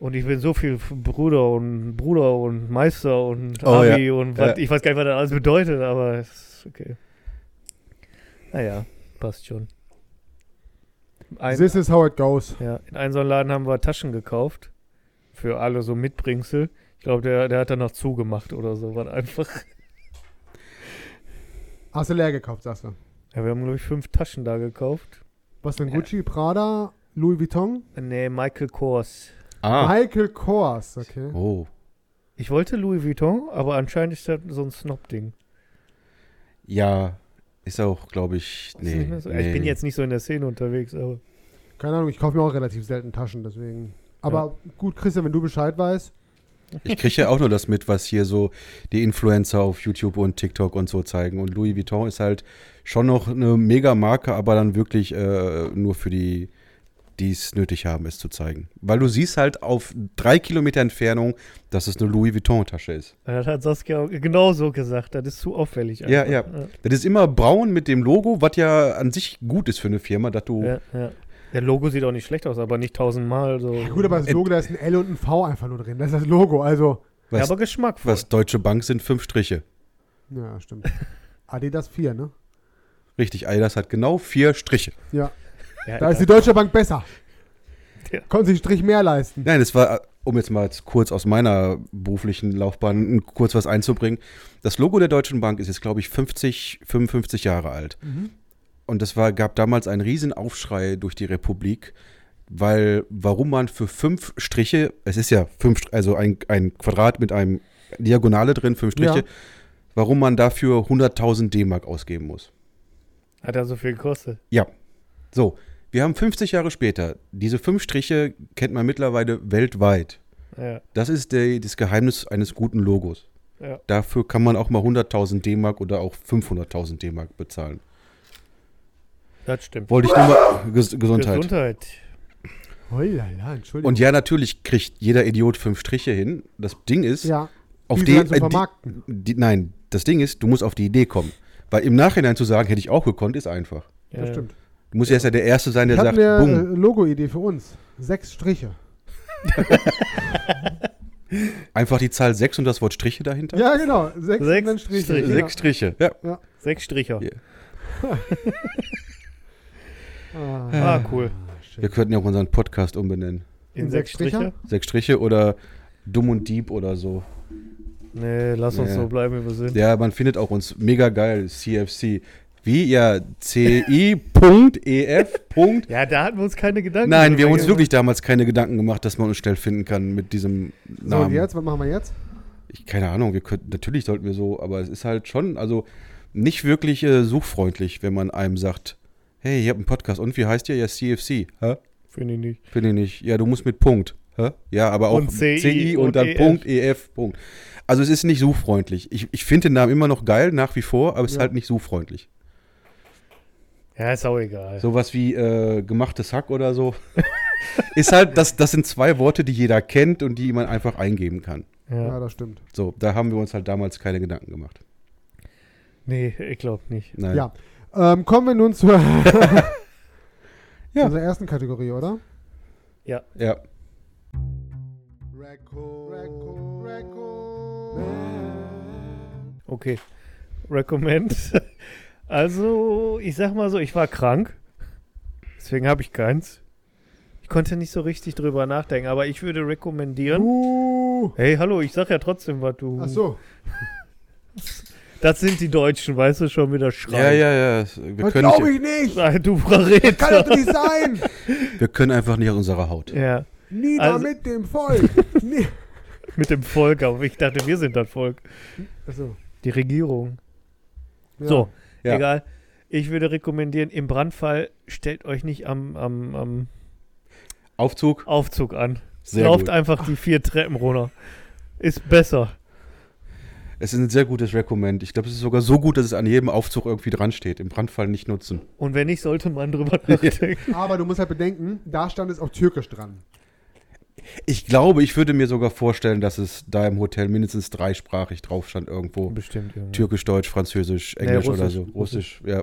Speaker 3: Und ich bin so viel F- Bruder und Bruder und Meister und
Speaker 2: Oh,
Speaker 3: Abi und
Speaker 2: Ja.
Speaker 3: was, ich weiß gar nicht, was das alles bedeutet, aber es ist okay. Naja, passt schon. Ein,
Speaker 1: This is how it goes.
Speaker 3: ja, in einem so einen Laden haben wir Taschen gekauft. Für alle so Mitbringsel. Ich glaube, der, der hat dann noch zugemacht oder so. War einfach.
Speaker 1: Hast du leer gekauft, sagst du.
Speaker 3: Ja, wir haben, glaube ich, fünf Taschen da gekauft.
Speaker 1: Was denn?
Speaker 3: Ja.
Speaker 1: Gucci, Prada, Louis Vuitton?
Speaker 3: Nee, Michael Kors.
Speaker 2: Ah.
Speaker 1: Michael Kors, okay.
Speaker 2: Oh.
Speaker 3: Ich wollte Louis Vuitton, aber anscheinend ist das so ein Snob-Ding.
Speaker 2: Ja. Ist auch, glaube ich.
Speaker 3: Ist
Speaker 2: Nee,
Speaker 3: nicht mehr so-
Speaker 2: nee.
Speaker 3: Ich bin jetzt nicht so in der Szene unterwegs, aber.
Speaker 1: Keine Ahnung, ich kaufe mir auch relativ selten Taschen, deswegen. Aber gut, Christian, wenn du Bescheid weißt.
Speaker 2: Ich kriege ja auch nur das mit, was hier so die Influencer auf YouTube und TikTok und so zeigen. Und Louis Vuitton ist halt schon noch eine Mega-Marke, aber dann wirklich äh, nur für die, die es nötig haben, es zu zeigen. Weil du siehst halt auf drei Kilometer Entfernung, dass es eine Louis Vuitton-Tasche ist.
Speaker 3: Ja, Das hat Saskia genau so gesagt. Das ist zu auffällig.
Speaker 2: Ja,
Speaker 3: einfach.
Speaker 2: Das ist immer braun mit dem Logo, was ja an sich gut ist für eine Firma, dass du.
Speaker 3: Ja, ja. Der Logo sieht auch nicht schlecht aus, aber nicht tausendmal so.
Speaker 1: Ja, gut, aber das Logo, da ist ein L und ein V einfach nur drin. Das ist das Logo, also.
Speaker 3: Ja,
Speaker 2: Was,
Speaker 3: aber geschmackvoll.
Speaker 2: was Deutsche Bank sind fünf Striche.
Speaker 1: Ja, stimmt. Adidas 4, ne?
Speaker 2: Richtig, Adidas hat genau vier Striche.
Speaker 1: Ja,
Speaker 3: Ja,
Speaker 1: da ist die Deutsche Bank besser.
Speaker 3: Ja.
Speaker 1: Konnten sich einen Strich mehr leisten.
Speaker 2: Nein, es war, um jetzt mal kurz aus meiner beruflichen Laufbahn kurz was einzubringen. Das Logo der Deutschen Bank ist jetzt, glaube ich, 50, 55 Jahre alt. Und es war, gab damals einen riesen Aufschrei durch die Republik, weil warum man für fünf Striche, es ist ja fünf, Str- also ein, ein Quadrat mit einem Diagonale drin, fünf Striche,
Speaker 1: Ja.
Speaker 2: warum man dafür 100.000 D-Mark ausgeben muss.
Speaker 3: Hat er so viel gekostet?
Speaker 2: Ja. So, wir haben 50 Jahre später. Diese fünf Striche kennt man mittlerweile weltweit.
Speaker 3: Ja.
Speaker 2: Das ist der, das Geheimnis eines guten Logos.
Speaker 3: Ja.
Speaker 2: Dafür kann man auch mal 100.000 D-Mark oder auch 500.000 D-Mark bezahlen.
Speaker 3: Das stimmt.
Speaker 2: Wollte ich nur mal. Ges Gesundheit.
Speaker 3: Gesundheit.
Speaker 1: Holala, Entschuldigung.
Speaker 2: Und ja, natürlich kriegt jeder Idiot fünf Striche hin. Das Ding ist,
Speaker 1: ja,
Speaker 2: auf
Speaker 1: die
Speaker 2: die,
Speaker 1: werden zu
Speaker 2: äh, die,
Speaker 1: vermarkten.
Speaker 2: die. Nein, das Ding ist, du musst auf die Idee kommen. Weil im Nachhinein zu sagen, hätte ich auch gekonnt, ist einfach.
Speaker 1: das
Speaker 3: Ja.
Speaker 1: stimmt.
Speaker 2: Du musst erst ja der Erste sein, der
Speaker 1: Ich habe
Speaker 2: sagt,
Speaker 1: eine äh,
Speaker 2: bumm,
Speaker 1: Logo-Idee für uns. Sechs Striche.
Speaker 2: einfach die Zahl 6 und das Wort Striche dahinter.
Speaker 1: Ja, genau. Sechs,
Speaker 3: Sechs
Speaker 1: und dann Striche.
Speaker 3: Striche.
Speaker 1: Genau.
Speaker 2: Sechs Striche. Ja.
Speaker 3: Sechs Stricher.
Speaker 2: Ja.
Speaker 1: Ah,
Speaker 3: Ah, cool.
Speaker 2: Wir könnten ja auch unseren Podcast umbenennen.
Speaker 3: In sechs Stricher?
Speaker 2: Sechs Striche oder Dumm und Dieb oder so.
Speaker 3: Nee, lass uns
Speaker 2: Nee.
Speaker 3: so bleiben, wie wir sind.
Speaker 2: Ja, man findet auch uns mega geil, CFC. Wie ja, ci.ef. E Punkt.
Speaker 3: Ja, da hatten wir uns keine Gedanken.
Speaker 2: Nein, wir haben
Speaker 3: drüber
Speaker 2: uns
Speaker 3: gemacht.
Speaker 2: wirklich damals keine Gedanken gemacht, dass man uns schnell finden kann mit diesem
Speaker 1: so, und
Speaker 2: Namen.
Speaker 1: jetzt? Was machen wir jetzt?
Speaker 2: Ich, keine Ahnung, wir könnten, natürlich sollten wir so, aber es ist halt schon, also nicht wirklich äh, suchfreundlich, wenn man einem sagt, hey, ihr habt einen Podcast und wie heißt ihr? Ja, CFC. Hä?
Speaker 3: Finde ich nicht.
Speaker 2: Finde ich nicht. Ja, du musst mit Punkt. Hä? Ja, aber auch
Speaker 3: Und CI
Speaker 2: und,
Speaker 3: und
Speaker 2: dann
Speaker 3: EF.
Speaker 2: Punkt, EF, Punkt. Also es ist nicht suchfreundlich. Ich, ich finde den Namen immer noch geil, nach wie vor, aber es ist
Speaker 1: Ja.
Speaker 2: halt nicht suchfreundlich.
Speaker 3: Ja, ist auch egal.
Speaker 2: Sowas wie äh, gemachtes Hack oder so. ist halt, das, das sind zwei Worte, die jeder kennt und die man einfach eingeben kann.
Speaker 1: Ja,
Speaker 3: Ja.
Speaker 1: das stimmt.
Speaker 2: So, da haben wir uns halt damals keine Gedanken gemacht.
Speaker 3: Nee, ich glaube nicht.
Speaker 2: Nein.
Speaker 1: Ja. Ähm, kommen wir nun zur,
Speaker 2: Ja.
Speaker 1: unserer ersten Kategorie, oder?
Speaker 2: ja.
Speaker 3: Okay. Recommend. Also, ich sag mal so, ich war krank. Deswegen habe ich keins. Ich konnte nicht so richtig drüber nachdenken, aber ich würde rekommendieren.
Speaker 1: Uh.
Speaker 3: Hey, hallo, ich sag ja trotzdem was du.
Speaker 1: Ach so.
Speaker 3: Das sind die Deutschen, weißt du, schon wieder
Speaker 2: Ja,
Speaker 3: schreien.
Speaker 2: ja, ja. es- Wir
Speaker 1: Das
Speaker 2: können,
Speaker 1: glaube
Speaker 2: nicht,
Speaker 1: ich nicht.
Speaker 3: ja. Du
Speaker 1: Kann doch
Speaker 3: Verräter.
Speaker 1: nicht sein.
Speaker 2: wir können einfach nicht aus unserer Haut.
Speaker 3: Ja,
Speaker 1: Nieder
Speaker 3: Also-
Speaker 1: mit dem Volk. Nee.
Speaker 3: mit dem Volk. Aber ich dachte, wir sind das Volk.
Speaker 1: Achso.
Speaker 3: Die Regierung.
Speaker 1: Ja.
Speaker 3: So,
Speaker 2: Ja.
Speaker 3: egal. Ich würde rekommendieren, im Brandfall stellt euch nicht am, am, am
Speaker 2: Aufzug,
Speaker 3: Aufzug an.
Speaker 2: sehr
Speaker 3: Lauft
Speaker 2: gut.
Speaker 3: einfach die vier Treppen runter. Ist besser.
Speaker 2: Es ist ein sehr gutes Recommend. Ich glaube, es ist sogar so gut, dass es an jedem Aufzug irgendwie dran steht. Im Brandfall nicht nutzen.
Speaker 3: Und wenn nicht, sollte man drüber nachdenken.
Speaker 1: Aber du musst halt bedenken, da stand es auf Türkisch dran.
Speaker 2: Ich glaube, ich würde mir sogar vorstellen, dass es da im Hotel mindestens dreisprachig drauf stand irgendwo.
Speaker 3: Bestimmt. Junge.
Speaker 2: Türkisch, Deutsch, Französisch,
Speaker 3: Nee,
Speaker 2: Englisch oder
Speaker 3: Russisch.
Speaker 2: so. Russisch, ja.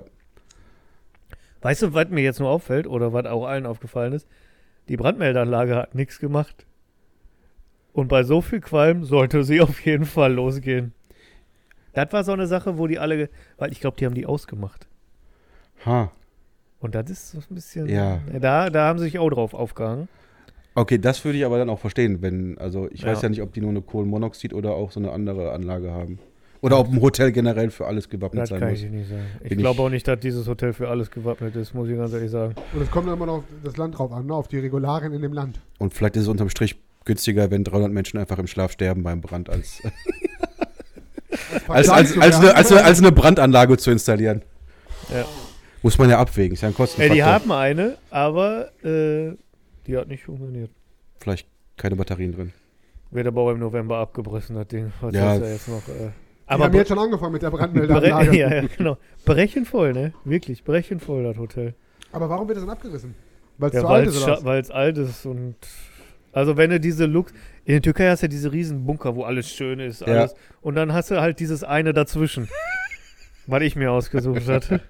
Speaker 3: Weißt du, was mir jetzt nur auffällt oder was auch allen aufgefallen ist? Die Brandmeldeanlage hat nichts gemacht. Und bei so viel Qualm sollte sie auf jeden Fall losgehen. Das war so eine Sache, wo die alle, ge- weil ich glaube, die haben die ausgemacht.
Speaker 2: Ha.
Speaker 3: Und das ist so ein bisschen. äh,
Speaker 2: Ja.
Speaker 3: Da, da haben sie sich auch drauf aufgehangen.
Speaker 2: Okay, das würde ich aber dann auch verstehen, wenn, also ich weiß
Speaker 3: Ja.
Speaker 2: ja nicht, ob die nur eine Kohlenmonoxid oder auch so eine andere Anlage haben. Oder ob ein Hotel generell für alles gewappnet
Speaker 3: Das
Speaker 2: sein
Speaker 3: kann
Speaker 2: muss.
Speaker 3: ich nicht sagen. Ich
Speaker 2: Bin
Speaker 3: glaube
Speaker 2: ich-
Speaker 3: auch nicht, dass dieses Hotel für alles gewappnet ist, muss ich ganz ehrlich sagen.
Speaker 1: Und es kommt dann immer noch auf das Land drauf an, ne? auf die Regularien in dem Land.
Speaker 2: Und vielleicht ist es unterm Strich günstiger, wenn 300 Menschen einfach im Schlaf sterben beim Brand, als, als,
Speaker 3: Also,
Speaker 2: als, als, eine, als, eine, als eine Brandanlage zu installieren.
Speaker 3: Ja.
Speaker 2: Muss man ja abwägen, ist ja ein
Speaker 3: Ey,
Speaker 2: Kostenfaktor.
Speaker 3: die haben eine, aber äh, die hat nicht funktioniert.
Speaker 2: vielleicht keine Batterien drin.
Speaker 3: Wird aber auch im November abgebrissen, das Ding. Was
Speaker 2: Ja.
Speaker 3: ist da jetzt noch? Äh,
Speaker 1: aber
Speaker 3: aber
Speaker 1: haben jetzt schon angefangen mit der
Speaker 3: Bre
Speaker 1: Brandmeldeanlage.
Speaker 3: ja, ja, genau. Brechen voll, ne? Wirklich, brechen voll, das Hotel.
Speaker 1: Aber warum wird das dann abgerissen? Weil es
Speaker 3: Ja,
Speaker 1: zu alt
Speaker 3: weil
Speaker 1: ist
Speaker 3: es
Speaker 1: oder
Speaker 3: scha-
Speaker 1: was?
Speaker 3: weil es alt ist und. Also, wenn du diese Lux. In der Türkei hast du ja diese riesen Bunker, wo alles schön ist. Alles. Und dann hast du halt dieses eine dazwischen. was ich mir ausgesucht hatte.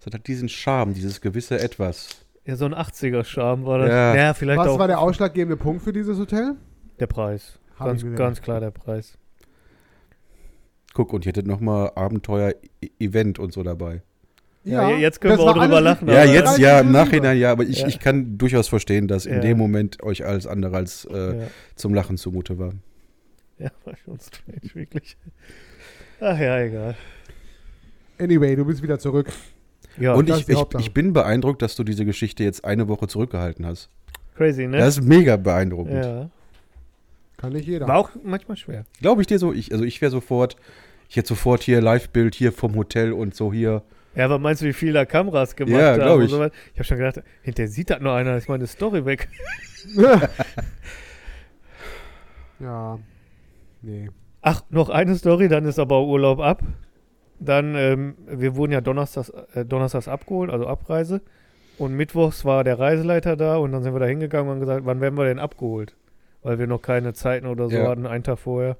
Speaker 2: Es hat halt diesen Charme, dieses gewisse Etwas.
Speaker 3: Ja, so ein 80er-Charme war das.
Speaker 2: Ja.
Speaker 3: Ja, vielleicht
Speaker 1: Was
Speaker 3: auch
Speaker 1: war der ausschlaggebende Punkt für dieses Hotel?
Speaker 3: der Preis.
Speaker 1: Hab
Speaker 3: Ganz,
Speaker 1: ich mir
Speaker 3: ganz
Speaker 1: gedacht.
Speaker 3: klar der Preis.
Speaker 2: Guck, und ihr hättet nochmal Abenteuer-Event und so dabei.
Speaker 3: Ja, jetzt können
Speaker 1: das
Speaker 3: wir auch
Speaker 1: war
Speaker 3: drüber
Speaker 1: alles-
Speaker 3: lachen,
Speaker 2: ja,
Speaker 3: aber-
Speaker 2: jetzt, ja, im
Speaker 1: Alles
Speaker 2: Nachhinein, ja, aber ich,
Speaker 3: Ja.
Speaker 2: ich kann durchaus verstehen, dass in
Speaker 3: Ja.
Speaker 2: dem Moment euch alles andere als äh,
Speaker 3: Ja.
Speaker 2: zum Lachen zumute war.
Speaker 3: ja, war schon strange, wirklich. Ach ja, egal.
Speaker 1: Anyway, du bist wieder zurück.
Speaker 3: Ja,
Speaker 2: und
Speaker 1: das
Speaker 2: ich,
Speaker 1: ist die
Speaker 2: ich,
Speaker 1: Hauptsache.
Speaker 2: ich bin beeindruckt, dass du diese Geschichte jetzt eine Woche zurückgehalten hast.
Speaker 3: crazy, ne?
Speaker 2: Das ist mega beeindruckend.
Speaker 3: ja.
Speaker 1: Kann nicht jeder.
Speaker 3: War auch manchmal schwer.
Speaker 2: Glaube ich dir so, ich, also ich wäre sofort, Ich hätte sofort hier Live-Bild hier vom Hotel und so hier.
Speaker 3: Ja, aber meinst du, wie viel da Kameras gemacht
Speaker 2: Ja, glaub
Speaker 3: haben? und
Speaker 2: ich.
Speaker 3: so was? ich habe schon gedacht, hinterher sieht das nur einer, ist meine Story weg.
Speaker 1: ja. Nee.
Speaker 3: Ach, noch eine Story, dann ist aber Urlaub ab. Dann, ähm, wir wurden ja donnerstags, äh, donnerstags abgeholt, also Abreise. Und mittwochs war der Reiseleiter da und dann sind wir da hingegangen und haben gesagt, wann werden wir denn abgeholt? Weil wir noch keine Zeiten oder so
Speaker 2: Ja.
Speaker 3: hatten, einen Tag vorher.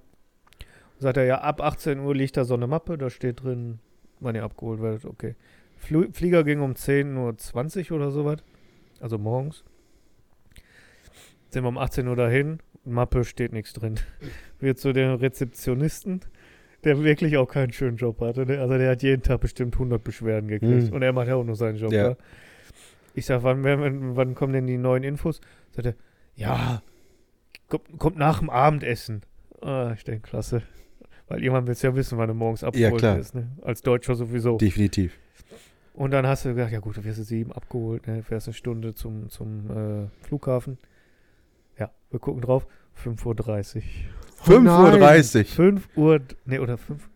Speaker 3: Und sagt er, ja, ab 18 Uhr liegt da so eine Mappe, da steht drin, wann ihr abgeholt werdet, okay. Flu Flieger ging um 10.20 Uhr oder sowas, also morgens. Sind wir um 18 Uhr dahin, Mappe steht nichts drin wir zu dem Rezeptionisten, der wirklich auch keinen schönen Job hatte. ne? Also der hat jeden Tag bestimmt 100 Beschwerden gekriegt.
Speaker 2: Mhm.
Speaker 3: Und er macht ja auch nur seinen Job.
Speaker 2: Ja.
Speaker 3: Ne? Ich sag, wann, werden- wann kommen denn die neuen Infos? Sagt er, ja, kommt, kommt nach dem Abendessen. Ah, ich denke, klasse. Weil irgendwann willst du ja wissen, wann du morgens abgeholt
Speaker 2: klar.
Speaker 3: ist. Ne? Als Deutscher sowieso. Oh
Speaker 2: Definitiv.
Speaker 3: Und dann hast du gedacht, ja gut, du wirst jetzt sieben abgeholt, ne? fährst eine Stunde zum, zum äh, Flughafen. Ja, wir gucken drauf. 5.30 Uhr.
Speaker 1: Oh nein.
Speaker 2: 5.30 Uhr.
Speaker 3: 5 Uhr, nee, oder 5,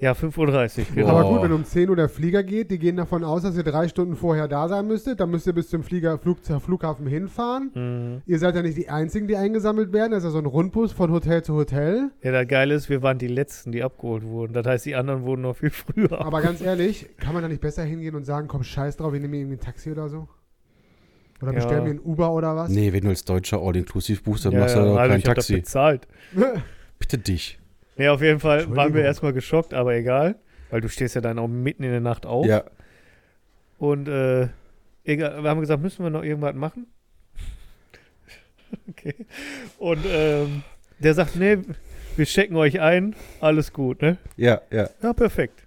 Speaker 3: ja, 5.30 Uhr, genau.
Speaker 1: Aber
Speaker 2: Boah.
Speaker 1: gut, wenn um 10 Uhr der Flieger geht, die gehen davon aus, dass ihr drei Stunden vorher da sein müsstet. Dann müsst ihr bis zum Flieger, Flug, zum Flughafen hinfahren.
Speaker 3: Mhm.
Speaker 1: Ihr seid ja nicht die Einzigen, die eingesammelt werden. Das ist ja so ein Rundbus von Hotel zu Hotel.
Speaker 3: Ja, das Geile ist, wir waren die Letzten, die abgeholt wurden. Das heißt, die anderen wurden noch viel früher.
Speaker 1: Aber ganz ehrlich, kann man da nicht besser hingehen und sagen, komm, scheiß drauf, wir nehmen irgendwie ein Taxi oder so? Oder
Speaker 3: Ja.
Speaker 1: bestellen wir ein Uber oder was?
Speaker 2: Nee, wenn du als Deutscher All-Inclusive buchst, dann
Speaker 3: ja,
Speaker 2: machst du da
Speaker 3: ja,
Speaker 2: doch
Speaker 3: also
Speaker 2: kein
Speaker 3: ich hab das
Speaker 2: Taxi.
Speaker 3: bezahlt.
Speaker 2: Bitte dich.
Speaker 3: Nee, auf jeden Fall waren wir
Speaker 1: Entschuldigung.
Speaker 3: erstmal geschockt, aber egal. Weil du stehst ja dann auch mitten in der Nacht auf.
Speaker 2: Ja.
Speaker 3: Und äh, egal, wir haben gesagt, müssen wir noch irgendwas machen? okay. Und ähm, der sagt, nee, wir checken euch ein, alles gut, ne?
Speaker 2: Ja, ja.
Speaker 3: Ja, perfekt.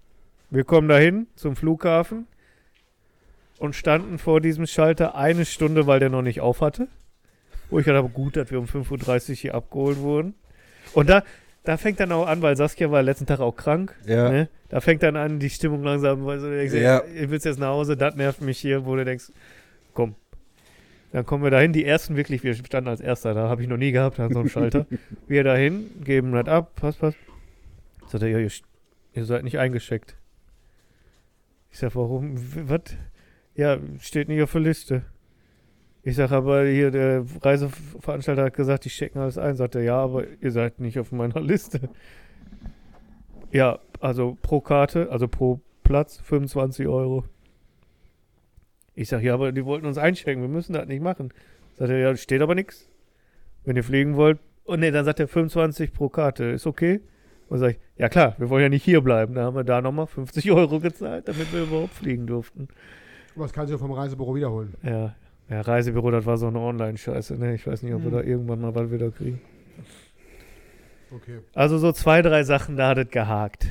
Speaker 3: Wir kommen dahin zum Flughafen und standen vor diesem Schalter eine Stunde, weil der noch nicht auf hatte. Wo ich gedacht habe, gut, dass wir um 5.30 Uhr hier abgeholt wurden. Und da, da fängt dann auch an, weil Saskia war letzten Tag auch krank.
Speaker 2: Ja.
Speaker 3: Ne? Da fängt dann an, die Stimmung langsam, weil so, du denkst,
Speaker 2: Ja.
Speaker 3: ich will jetzt nach Hause, das nervt mich hier, wo du denkst, komm. Dann kommen wir dahin, die ersten wirklich, wir standen als Erster da, habe ich noch nie gehabt, an so einem Schalter. wir dahin, geben das ab, passt, passt. Sagt er, ja, ihr, sch- ihr seid nicht eingeschickt. Ich sag, warum, W- was? Ja, steht nicht auf der Liste. Ich sag, aber hier, der Reiseveranstalter hat gesagt, die checken alles ein. Sagt er, ja, aber ihr seid nicht auf meiner Liste. Ja, also pro Karte, also pro Platz 25 Euro. Ich sag, ja, aber die wollten uns einschränken, wir müssen das nicht machen. Sagt er, ja, steht aber nichts. Wenn ihr fliegen wollt. Und nee, dann sagt er 25 pro Karte, ist okay. Und sag ich, ja klar, wir wollen ja nicht hier bleiben. Da haben wir da nochmal 50 Euro gezahlt, damit wir überhaupt fliegen durften.
Speaker 1: Aber das kannst du ja vom Reisebüro wiederholen.
Speaker 3: Ja, ja Reisebüro, das war so eine Online-Scheiße. Ne? Ich weiß nicht, ob wir
Speaker 1: Mhm.
Speaker 3: da irgendwann mal was wieder kriegen.
Speaker 1: Okay.
Speaker 3: Also so zwei, drei Sachen, da hat es gehakt.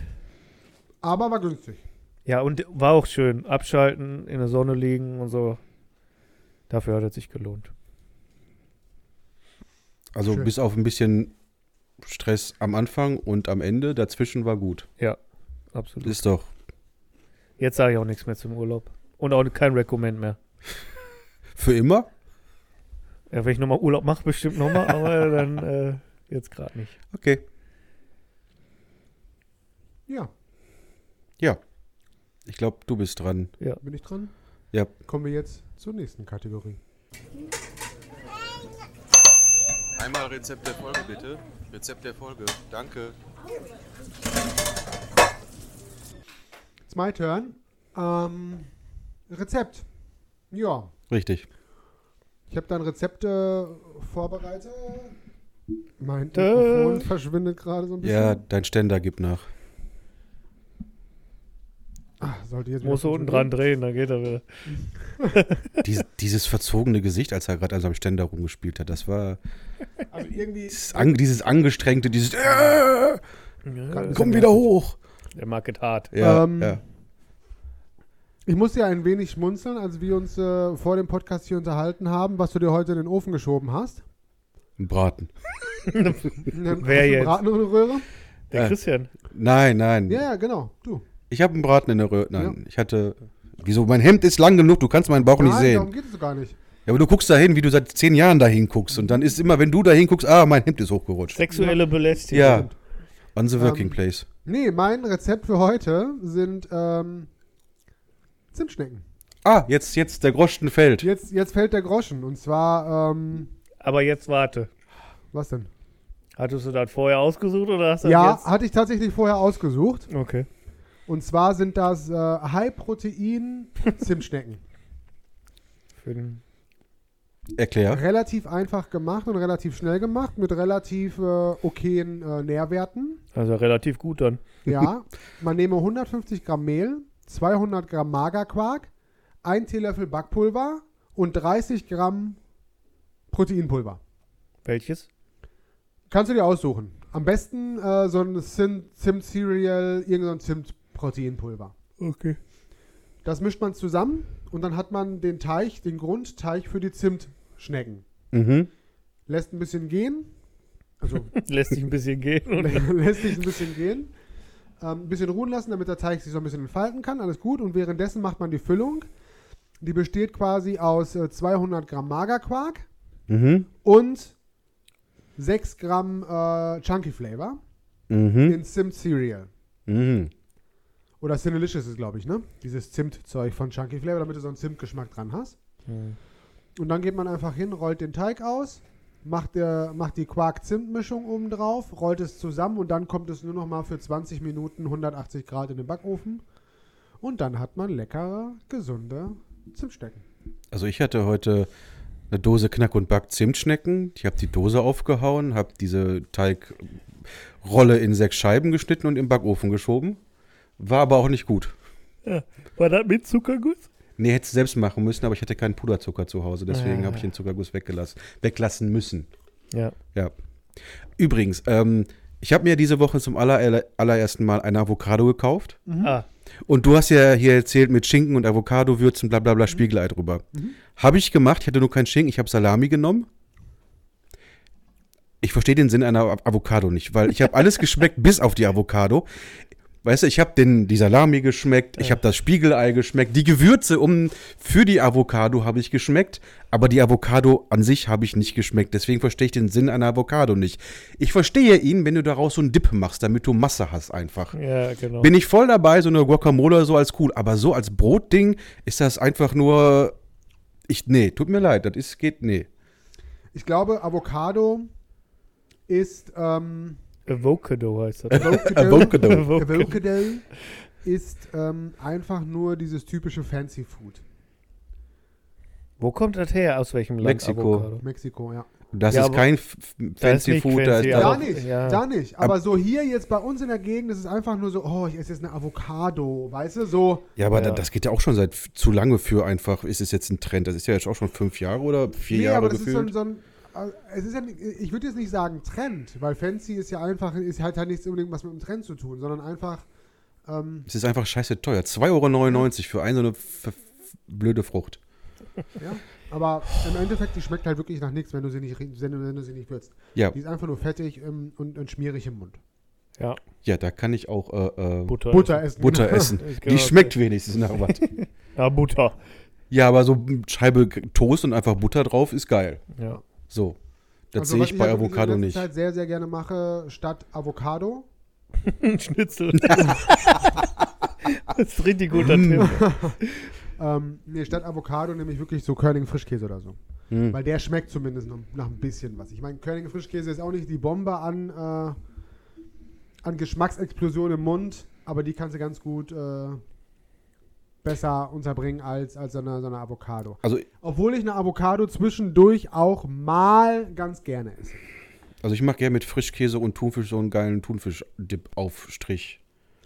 Speaker 1: Aber war günstig.
Speaker 3: Ja, und war auch schön. Abschalten, in der Sonne liegen und so. Dafür hat es sich gelohnt.
Speaker 2: Also
Speaker 1: Schön.
Speaker 2: bis auf ein bisschen Stress am Anfang und am Ende. Dazwischen war gut.
Speaker 3: Absolut.
Speaker 2: Ist doch.
Speaker 3: Jetzt sage ich auch nichts mehr zum Urlaub. Und auch kein Recommend mehr.
Speaker 2: Für immer?
Speaker 3: Ja, wenn ich nochmal Urlaub mache, bestimmt nochmal, aber dann äh, jetzt gerade nicht.
Speaker 2: Okay.
Speaker 1: Ja,
Speaker 2: Ich glaube, du bist dran.
Speaker 1: bin ich dran?
Speaker 2: Ja.
Speaker 1: Kommen wir jetzt zur nächsten Kategorie.
Speaker 4: Einmal Rezept der Folge bitte. Rezept der Folge. Danke.
Speaker 1: It's my turn. Ähm, Rezept. Ja,
Speaker 2: Richtig.
Speaker 1: ich habe dann Rezepte äh, vorbereitet. Mein
Speaker 3: Tö.
Speaker 1: Mikrofon verschwindet gerade so ein bisschen.
Speaker 2: Ja, dein Ständer gibt nach.
Speaker 1: Ah, sollte jetzt wieder
Speaker 3: Muss unten dran drehen, dann geht er wieder.
Speaker 2: Dies, dieses verzogene Gesicht, als er gerade an seinem Ständer rumgespielt hat, das war
Speaker 1: funktionieren. Also irgendwie
Speaker 2: dieses, an, dieses angestrengte, dieses äh,
Speaker 1: Grad-
Speaker 2: komm wieder hoch.
Speaker 3: Der mag es hart.
Speaker 2: Ja,
Speaker 1: Ähm,
Speaker 2: ja.
Speaker 1: Ich muss ja ein wenig schmunzeln, als wir uns äh, vor dem Podcast hier unterhalten haben, was du dir heute in den Ofen geschoben hast.
Speaker 2: Ein Braten.
Speaker 1: Einen-
Speaker 3: Wer
Speaker 1: einen
Speaker 3: jetzt?
Speaker 1: Braten und eine Röhre?
Speaker 3: Der
Speaker 2: Äh.
Speaker 3: Christian.
Speaker 2: Nein, nein.
Speaker 1: Ja, ja, genau. Du.
Speaker 2: Ich habe einen Braten in der Röhre. Nein, ich hatte. Wieso? Mein Hemd ist lang genug, du kannst meinen Bauch nicht
Speaker 1: Nein,
Speaker 2: sehen.
Speaker 1: darum geht es gar nicht.
Speaker 2: Ja, aber du guckst dahin, wie du seit zehn Jahren dahin guckst. Und dann ist immer, wenn du dahin guckst, ah, mein Hemd ist hochgerutscht.
Speaker 3: Sexuelle Belästigung.
Speaker 2: Ja. On the working
Speaker 1: Ähm,
Speaker 2: place.
Speaker 1: Nee, mein Rezept für heute sind ähm, Zimtschnecken.
Speaker 2: Ah, jetzt, jetzt der Groschen fällt.
Speaker 1: Jetzt, jetzt fällt der Groschen. Und zwar, ähm,
Speaker 3: Aber jetzt warte.
Speaker 1: was denn?
Speaker 3: Hattest du das vorher ausgesucht oder hast du
Speaker 1: Ja,
Speaker 3: das
Speaker 1: hatte ich tatsächlich vorher ausgesucht.
Speaker 3: jetzt? Okay.
Speaker 1: Und zwar sind das äh, High-Protein-Zimtschnecken.
Speaker 3: Für den
Speaker 2: Erklär.
Speaker 1: relativ einfach gemacht und relativ schnell gemacht mit relativ äh, okayen äh, Nährwerten.
Speaker 3: also relativ gut dann.
Speaker 1: Ja, man nehme 150 Gramm Mehl, 200 Gramm Magerquark, 1 Teelöffel Backpulver und 30 Gramm Proteinpulver.
Speaker 3: Welches?
Speaker 1: Kannst du dir aussuchen. Am besten äh, so ein Zimt- Zimt-Cereal, irgendein Zimt-Proteinpulver.
Speaker 3: Okay.
Speaker 1: Das mischt man zusammen und dann hat man den Teig, den Grundteig für die Zimtschnecken.
Speaker 2: Mhm.
Speaker 1: Lässt ein bisschen gehen, also
Speaker 3: Lässt sich ein bisschen gehen. Und
Speaker 1: lässt sich ein bisschen gehen. Ähm, ein bisschen ruhen lassen, damit der Teig sich so ein bisschen entfalten kann. Alles gut. Und währenddessen macht man die Füllung. Die besteht quasi aus äh, 200 Gramm Magerquark
Speaker 2: Mhm.
Speaker 1: und 6 Gramm äh, Chunky Flavor
Speaker 2: Mhm.
Speaker 1: in Zimt Cereal.
Speaker 2: Mhm.
Speaker 1: Oder Cinelicious ist, glaube ich, ne? Dieses Zimtzeug von Chunky Flavor, damit du so einen Zimtgeschmack dran hast.
Speaker 3: Hm.
Speaker 1: Und dann geht man einfach hin, rollt den Teig aus, macht, äh, macht die Quark-Zimt-Mischung oben drauf, rollt es zusammen und dann kommt es nur noch mal für 20 Minuten 180 Grad in den Backofen. Und dann hat man leckere, gesunde Zimtstecken.
Speaker 2: Also ich hatte heute eine Dose Knack und Back Zimtschnecken. Ich habe die Dose aufgehauen, habe diese Teigrolle in sechs Scheiben geschnitten und im Backofen geschoben. War aber auch nicht gut.
Speaker 3: War das mit Zuckerguss?
Speaker 2: Nee, hätte es selbst machen müssen, aber ich hatte keinen Puderzucker zu Hause, deswegen
Speaker 3: Ah.
Speaker 2: habe ich den Zuckerguss weggelassen, weglassen müssen.
Speaker 3: Ja.
Speaker 2: Ja. Übrigens, ähm, ich habe mir diese Woche zum aller, allerersten Mal eine Avocado gekauft.
Speaker 3: Ah,
Speaker 2: Und du hast ja hier erzählt mit Schinken und Avocado-Würzen, bla bla bla, Spiegelei drüber. Habe ich gemacht, ich hatte nur keinen Schinken, ich habe Salami genommen. Ich verstehe den Sinn einer Av- Avocado nicht, weil ich habe alles geschmeckt, bis auf die Avocado. Weißt du, ich habe den- die Salami geschmeckt, ich habe das Spiegelei geschmeckt, die Gewürze um für die Avocado habe ich geschmeckt, aber die Avocado an sich habe ich nicht geschmeckt. Deswegen verstehe ich den Sinn einer Avocado nicht. Ich verstehe ihn, wenn du daraus so einen Dip machst, damit du Masse hast einfach.
Speaker 3: ja, genau.
Speaker 2: Bin ich voll dabei, so eine Guacamole oder so als cool. Aber so als Brotding ist das einfach nur. Ich, nee, tut mir leid, das ist, geht, nee.
Speaker 1: Ich glaube, Avocado ist ähm,
Speaker 3: Avocado heißt das.
Speaker 1: Avocado,
Speaker 3: Avocado.
Speaker 1: Avocado ist ähm, einfach nur dieses typische Fancy Food.
Speaker 3: Wo kommt das her? Aus welchem Land?
Speaker 2: Mexiko.
Speaker 3: Avocado?
Speaker 1: Mexiko, ja.
Speaker 2: Das
Speaker 3: Ja,
Speaker 2: ist
Speaker 3: aber-
Speaker 2: kein F- F-
Speaker 3: Da ist
Speaker 2: Fancy
Speaker 3: nicht
Speaker 2: Food. da
Speaker 3: fancy,
Speaker 2: ist,
Speaker 1: Da
Speaker 3: aber-
Speaker 1: nicht,
Speaker 3: ja.
Speaker 1: da nicht. Aber so hier jetzt bei uns in der Gegend, das ist einfach nur so, oh, ich esse jetzt eine Avocado, weißt du, so.
Speaker 2: ja, aber
Speaker 3: Ja.
Speaker 2: da- das geht ja auch schon seit f- zu lange für einfach. Ist es jetzt ein Trend? Das ist ja jetzt auch schon fünf Jahre oder vier
Speaker 1: nee,
Speaker 2: Jahre
Speaker 1: aber das
Speaker 2: gefühlt.
Speaker 1: ist so ein, so ein äh, es ist ja, nicht- ich würde jetzt nicht sagen Trend, weil Fancy ist ja einfach, ist halt halt nichts unbedingt was mit dem Trend zu tun, sondern einfach, ähm,
Speaker 2: es ist einfach scheiße teuer. 2,99 Euro für eine so eine f- f- blöde Frucht.
Speaker 1: ja. Aber im Endeffekt, die schmeckt halt wirklich nach nichts, wenn du sie nicht, ri- wenn du, wenn du sie nicht würzt.
Speaker 2: Ja,
Speaker 1: Die ist einfach nur fettig ähm, und, und schmierig im Mund.
Speaker 3: Ja,
Speaker 2: ja, da kann ich auch äh, äh,
Speaker 3: Butter.
Speaker 1: Butter essen.
Speaker 2: Butter essen.
Speaker 3: Genau.
Speaker 2: Die schmeckt wenigstens nach was.
Speaker 3: Ja, Butter.
Speaker 2: ja, aber so eine Scheibe Toast und einfach Butter drauf ist geil.
Speaker 3: Ja.
Speaker 2: So. Das
Speaker 1: Also,
Speaker 2: sehe
Speaker 1: was
Speaker 2: ich bei
Speaker 1: halt wirklich in
Speaker 2: Avocado
Speaker 1: letzter
Speaker 2: nicht.
Speaker 1: Zeit sehr, sehr gerne mache, statt Avocado,
Speaker 3: Schnitzel. das ist ein richtig guter Tipp.
Speaker 1: ähm, nee, statt Avocado nehme ich wirklich so Körning Frischkäse oder so.
Speaker 2: Hm.
Speaker 1: Weil der schmeckt zumindest noch nach ein bisschen was. Ich meine, Körniger Frischkäse ist auch nicht die Bombe an, äh, an Geschmacksexplosion im Mund, aber die kannst du ganz gut äh, besser unterbringen als, als so, eine, so eine Avocado.
Speaker 2: Also,
Speaker 1: Obwohl ich eine Avocado zwischendurch auch mal ganz gerne esse.
Speaker 2: also ich mache gerne mit Frischkäse und Thunfisch so einen geilen Thunfisch-Dip Aufstrich.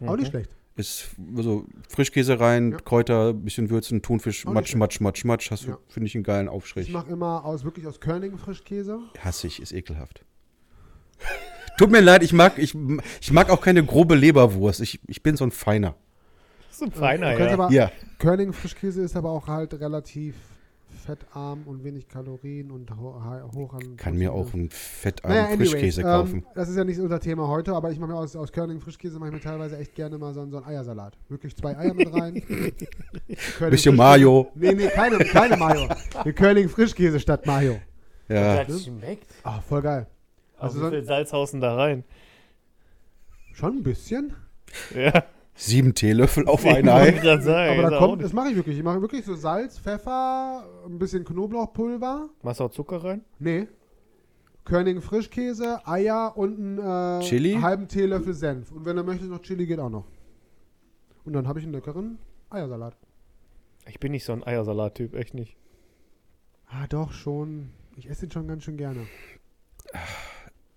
Speaker 1: Auch nicht schlecht.
Speaker 2: Ist also Frischkäse rein,
Speaker 1: Ja.
Speaker 2: Kräuter, bisschen würzen, Thunfisch,
Speaker 1: Auch nicht
Speaker 2: Matsch,
Speaker 1: schlecht.
Speaker 2: Matsch, Matsch, Matsch. Hast du,
Speaker 1: Ja.
Speaker 2: finde ich, einen geilen
Speaker 1: Ich
Speaker 2: Aufstrich.
Speaker 1: mache immer aus, wirklich aus Körnigen Frischkäse.
Speaker 2: Hasse ich, ist ekelhaft. Tut mir leid, ich mag, ich, ich mag auch keine grobe Leberwurst. Ich, ich bin so ein Feiner.
Speaker 3: Das ist ein
Speaker 1: Du
Speaker 3: feiner,
Speaker 1: kannst
Speaker 3: ja.
Speaker 1: aber,
Speaker 2: Ja.
Speaker 1: Körnigen Frischkäse ist aber auch halt relativ fettarm und wenig Kalorien und ho hoch an
Speaker 2: Kann mir auch
Speaker 1: Proteine.
Speaker 2: einen fettarmen
Speaker 1: Naja, anyways,
Speaker 2: Frischkäse
Speaker 1: ähm,
Speaker 2: kaufen.
Speaker 1: das ist ja nicht unser Thema heute, aber ich mache mir aus, aus Körnigen Frischkäse mache ich mir teilweise echt gerne mal so, einen- so einen Eiersalat. Wirklich zwei Eier mit rein. Körnigen
Speaker 2: Bisschen
Speaker 1: Frischkäse-
Speaker 2: Mayo.
Speaker 1: Nee, nee, keine, keine Mayo. Den Körnigen Frischkäse statt Mayo.
Speaker 2: Ja.
Speaker 1: ne?
Speaker 3: schmeckt.
Speaker 1: Ah, voll geil. Also
Speaker 3: Also wie
Speaker 1: so-
Speaker 3: viel Salzhausen da rein?
Speaker 1: Schon ein bisschen.
Speaker 3: Ja,
Speaker 2: Sieben Teelöffel auf ein
Speaker 3: wollte
Speaker 2: Ei.
Speaker 3: grad sagen.
Speaker 1: Aber
Speaker 3: ist
Speaker 1: da
Speaker 3: auch
Speaker 1: kommt,
Speaker 3: nicht-
Speaker 1: das mache ich wirklich. Ich mache wirklich so Salz, Pfeffer, ein bisschen Knoblauchpulver.
Speaker 3: Machst du auch Zucker rein?
Speaker 1: Nee. Körnigen Frischkäse, Eier und einen äh,
Speaker 2: Chili?
Speaker 1: halben Teelöffel Senf. Und wenn du möchtest, noch Chili geht auch noch. Und dann habe ich einen leckeren Eiersalat.
Speaker 3: Ich bin nicht so ein Eiersalat-Typ, echt nicht.
Speaker 1: Ah, doch, schon. Ich esse den schon ganz schön gerne.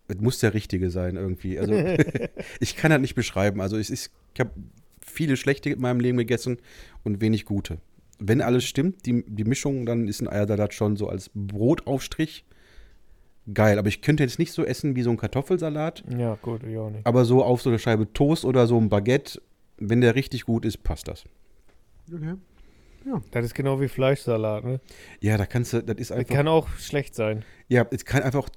Speaker 2: Es muss der richtige sein irgendwie. Also, ich kann das nicht beschreiben. Also es ist, ich habe viele schlechte in meinem Leben gegessen und wenig gute. Wenn alles stimmt, die, die Mischung, dann ist ein Eiersalat schon so als Brotaufstrich geil. Aber ich könnte jetzt nicht so essen wie so ein Kartoffelsalat,
Speaker 3: Ja, gut, ich auch nicht.
Speaker 2: aber so auf so eine Scheibe Toast oder so ein Baguette, wenn der richtig gut ist, passt das.
Speaker 1: Okay.
Speaker 3: Das ist genau wie Fleischsalat, ne?
Speaker 2: Ja, da kannst du, das ist
Speaker 3: Das
Speaker 2: einfach,
Speaker 3: kann auch schlecht sein.
Speaker 2: ja, es kann einfach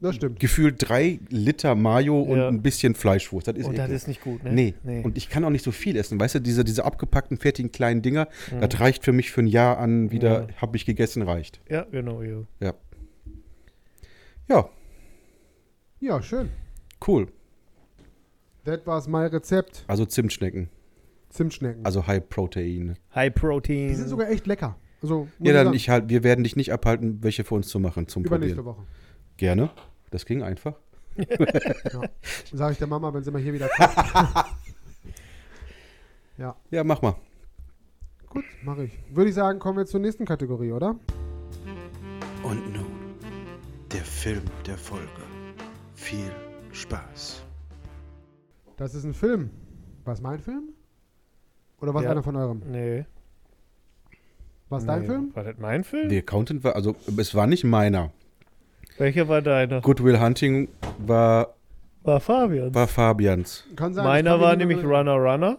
Speaker 1: Das stimmt.
Speaker 2: gefühlt drei Liter Mayo und
Speaker 3: Ja.
Speaker 2: ein bisschen Fleischwurst. Das ist
Speaker 3: Und das
Speaker 2: ekelhaft.
Speaker 3: ist nicht gut, ne?
Speaker 2: Nee. und ich kann auch nicht so viel essen. Weißt du, diese, diese abgepackten, fertigen kleinen Dinger,
Speaker 3: Mhm.
Speaker 2: das reicht für mich für ein Jahr an, wieder
Speaker 3: Ja.
Speaker 2: habe ich gegessen, reicht.
Speaker 3: Ja, genau, ja.
Speaker 2: Ja,
Speaker 1: Ja, schön.
Speaker 2: cool.
Speaker 1: Das war's mein Rezept.
Speaker 2: Also Zimtschnecken,
Speaker 1: Zimtschnecken.
Speaker 2: also High Protein.
Speaker 3: High Protein.
Speaker 1: Die sind sogar echt lecker. Also, muss
Speaker 2: Ja, dann
Speaker 1: sagen,
Speaker 2: ich halt, wir werden dich nicht abhalten, welche für uns zu machen zum
Speaker 1: Übernächste
Speaker 2: Probieren.
Speaker 1: Woche.
Speaker 2: Gerne. Das ging einfach.
Speaker 1: Sage ich der Mama, wenn sie mal hier wieder kommt.
Speaker 2: Ja, mach mal.
Speaker 1: Gut, mache ich. Würde ich sagen, kommen wir zur nächsten Kategorie, oder?
Speaker 4: Und nun der Film der Folge. Viel Spaß.
Speaker 1: Das ist ein Film. War es mein Film? Oder war es
Speaker 3: Ja.
Speaker 1: einer von eurem?
Speaker 3: Nee.
Speaker 1: War es dein
Speaker 3: nee.
Speaker 1: Film?
Speaker 3: War das mein Film?
Speaker 2: The Accountant war, also es war nicht meiner.
Speaker 3: Welcher war deiner?
Speaker 2: Goodwill Hunting war,
Speaker 3: War Fabian.
Speaker 2: war Fabians.
Speaker 1: Kann sein. ich
Speaker 3: Meiner
Speaker 1: kann
Speaker 3: war
Speaker 1: mich nicht
Speaker 3: nämlich
Speaker 1: mehr
Speaker 3: Runner Runner.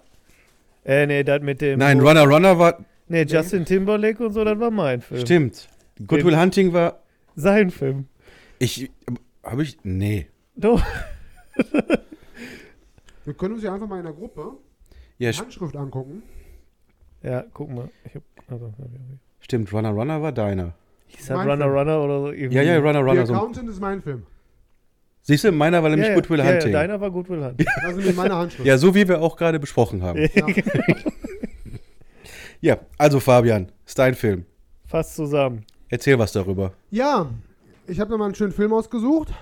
Speaker 3: Äh, nee, das mit dem.
Speaker 2: Nein, Runner Runner war,
Speaker 3: Nee, Justin Timberlake und so, das war mein Film.
Speaker 2: stimmt. Goodwill Hunting war,
Speaker 3: Sein Film.
Speaker 2: ich, habe ich, nee.
Speaker 3: Doch.
Speaker 1: erinnern. Wir können uns ja einfach mal in der Gruppe
Speaker 2: Ja,
Speaker 1: die Handschrift angucken.
Speaker 3: Ja, guck mal. Ich hab, also,
Speaker 2: stimmt, Runner Runner war deiner.
Speaker 3: ich sag
Speaker 1: Mein
Speaker 3: Runner
Speaker 1: Film.
Speaker 3: Runner oder so. irgendwie.
Speaker 2: Ja, ja, Runner Runner.
Speaker 1: The
Speaker 2: So.
Speaker 1: Accountant ist mein Film.
Speaker 2: Siehst du, meiner war nämlich
Speaker 3: ja,
Speaker 2: Goodwill
Speaker 3: ja,
Speaker 2: Hunting.
Speaker 3: Ja,
Speaker 2: Ja,
Speaker 3: deiner war Goodwill Hunting.
Speaker 1: Das ist nämlich meine Handschrift.
Speaker 2: so wie wir auch gerade besprochen haben.
Speaker 1: Ja.
Speaker 2: Ja, also Fabian, ist dein Film.
Speaker 3: Fast zusammen.
Speaker 2: Erzähl was darüber.
Speaker 1: Ja, ich habe mir mal einen schönen Film ausgesucht.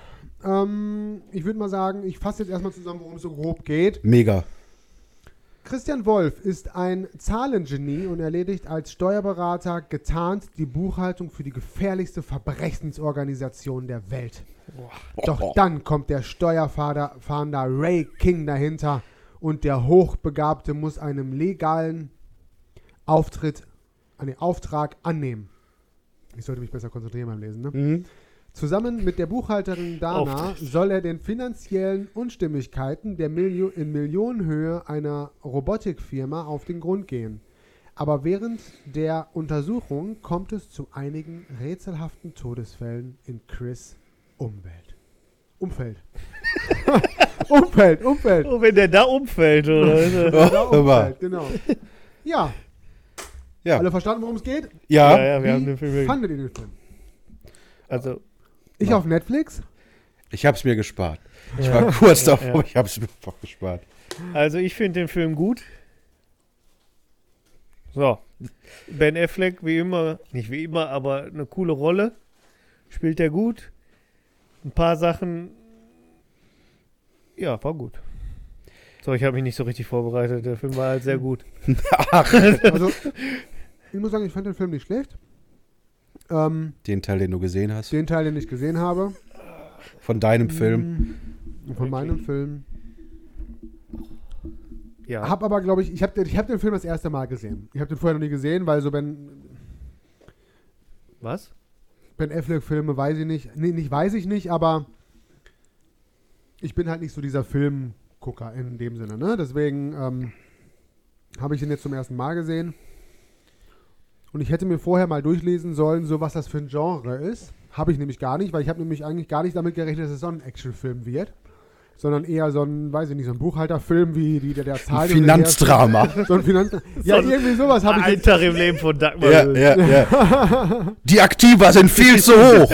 Speaker 1: Ähm, ich würde mal sagen, ich fasse jetzt erstmal zusammen, worum es so grob geht.
Speaker 2: Mega.
Speaker 1: Christian Wolf ist ein Zahlengenie und erledigt als Steuerberater getarnt die Buchhaltung für die gefährlichste Verbrechensorganisation der Welt. Doch dann kommt der Steuerfahnder Ray King dahinter und der Hochbegabte muss einem legalen Auftritt, einen Auftrag annehmen. Ich sollte mich besser konzentrieren beim Lesen, ne?
Speaker 2: Mhm.
Speaker 1: Zusammen mit der Buchhalterin Dana soll er den finanziellen Unstimmigkeiten der Milio in Millionenhöhe einer Robotikfirma auf den Grund gehen. Aber während der Untersuchung kommt es zu einigen rätselhaften Todesfällen in Chris Umwelt. Umfeld. Umfeld, Umfeld.
Speaker 3: Oh, wenn der da umfällt, oder?
Speaker 1: Genau,
Speaker 2: hör mal.
Speaker 1: Umfeld, genau. Ja,
Speaker 2: Ja.
Speaker 1: alle verstanden, worum es geht?
Speaker 2: Ja.
Speaker 3: ja, ja, wir
Speaker 1: Wie
Speaker 3: haben den Film. wirklich-
Speaker 1: Fandet ihr den Film?
Speaker 3: Also,
Speaker 1: Ich
Speaker 2: Ja.
Speaker 1: auf Netflix?
Speaker 2: ich hab's mir gespart. Ich
Speaker 3: ja.
Speaker 2: war kurz davor,
Speaker 3: ja.
Speaker 2: ich hab's mir einfach gespart.
Speaker 3: also ich finde den Film gut. So. Ben Affleck, wie immer, nicht wie immer, aber eine coole Rolle. Spielt er gut. Ein paar Sachen. Ja, war gut. So, ich habe mich nicht so richtig vorbereitet. Der Film war halt sehr gut.
Speaker 1: Also, ich muss sagen, ich fand den Film nicht schlecht. Ähm,
Speaker 2: Den Teil, den du gesehen hast.
Speaker 1: den Teil, den ich gesehen habe, Mhm.
Speaker 2: Von deinem
Speaker 3: Mhm.
Speaker 2: Film.
Speaker 1: von meinem Film.
Speaker 3: Ja.
Speaker 1: Hab aber, glaube ich, ich habe den, ich hab den Film das erste Mal gesehen. Ich habe den vorher noch nie gesehen, weil so Ben,
Speaker 3: Was?
Speaker 1: ben Affleck-Filme weiß ich nicht. Nee, nicht weiß ich nicht, aber ich bin halt nicht so dieser Filmgucker in dem Sinne. Ne? Deswegen ähm, habe ich ihn jetzt zum ersten Mal gesehen. Und ich hätte mir vorher mal durchlesen sollen, so was das für ein Genre ist. Habe ich nämlich gar nicht, weil ich habe nämlich eigentlich gar nicht damit gerechnet, dass es so ein Actionfilm wird. sondern eher so ein, weiß ich nicht, so ein Buchhalterfilm wie die, der, der Zahlen.
Speaker 2: Finanzdrama.
Speaker 1: So ein Finanz ja,
Speaker 3: So ein-
Speaker 1: irgendwie sowas habe ich
Speaker 3: Ein
Speaker 1: jetzt.
Speaker 3: Tag im Ah, Leben von Dagmar.
Speaker 2: Ja, ja, ja. Die Aktiva sind viel zu hoch.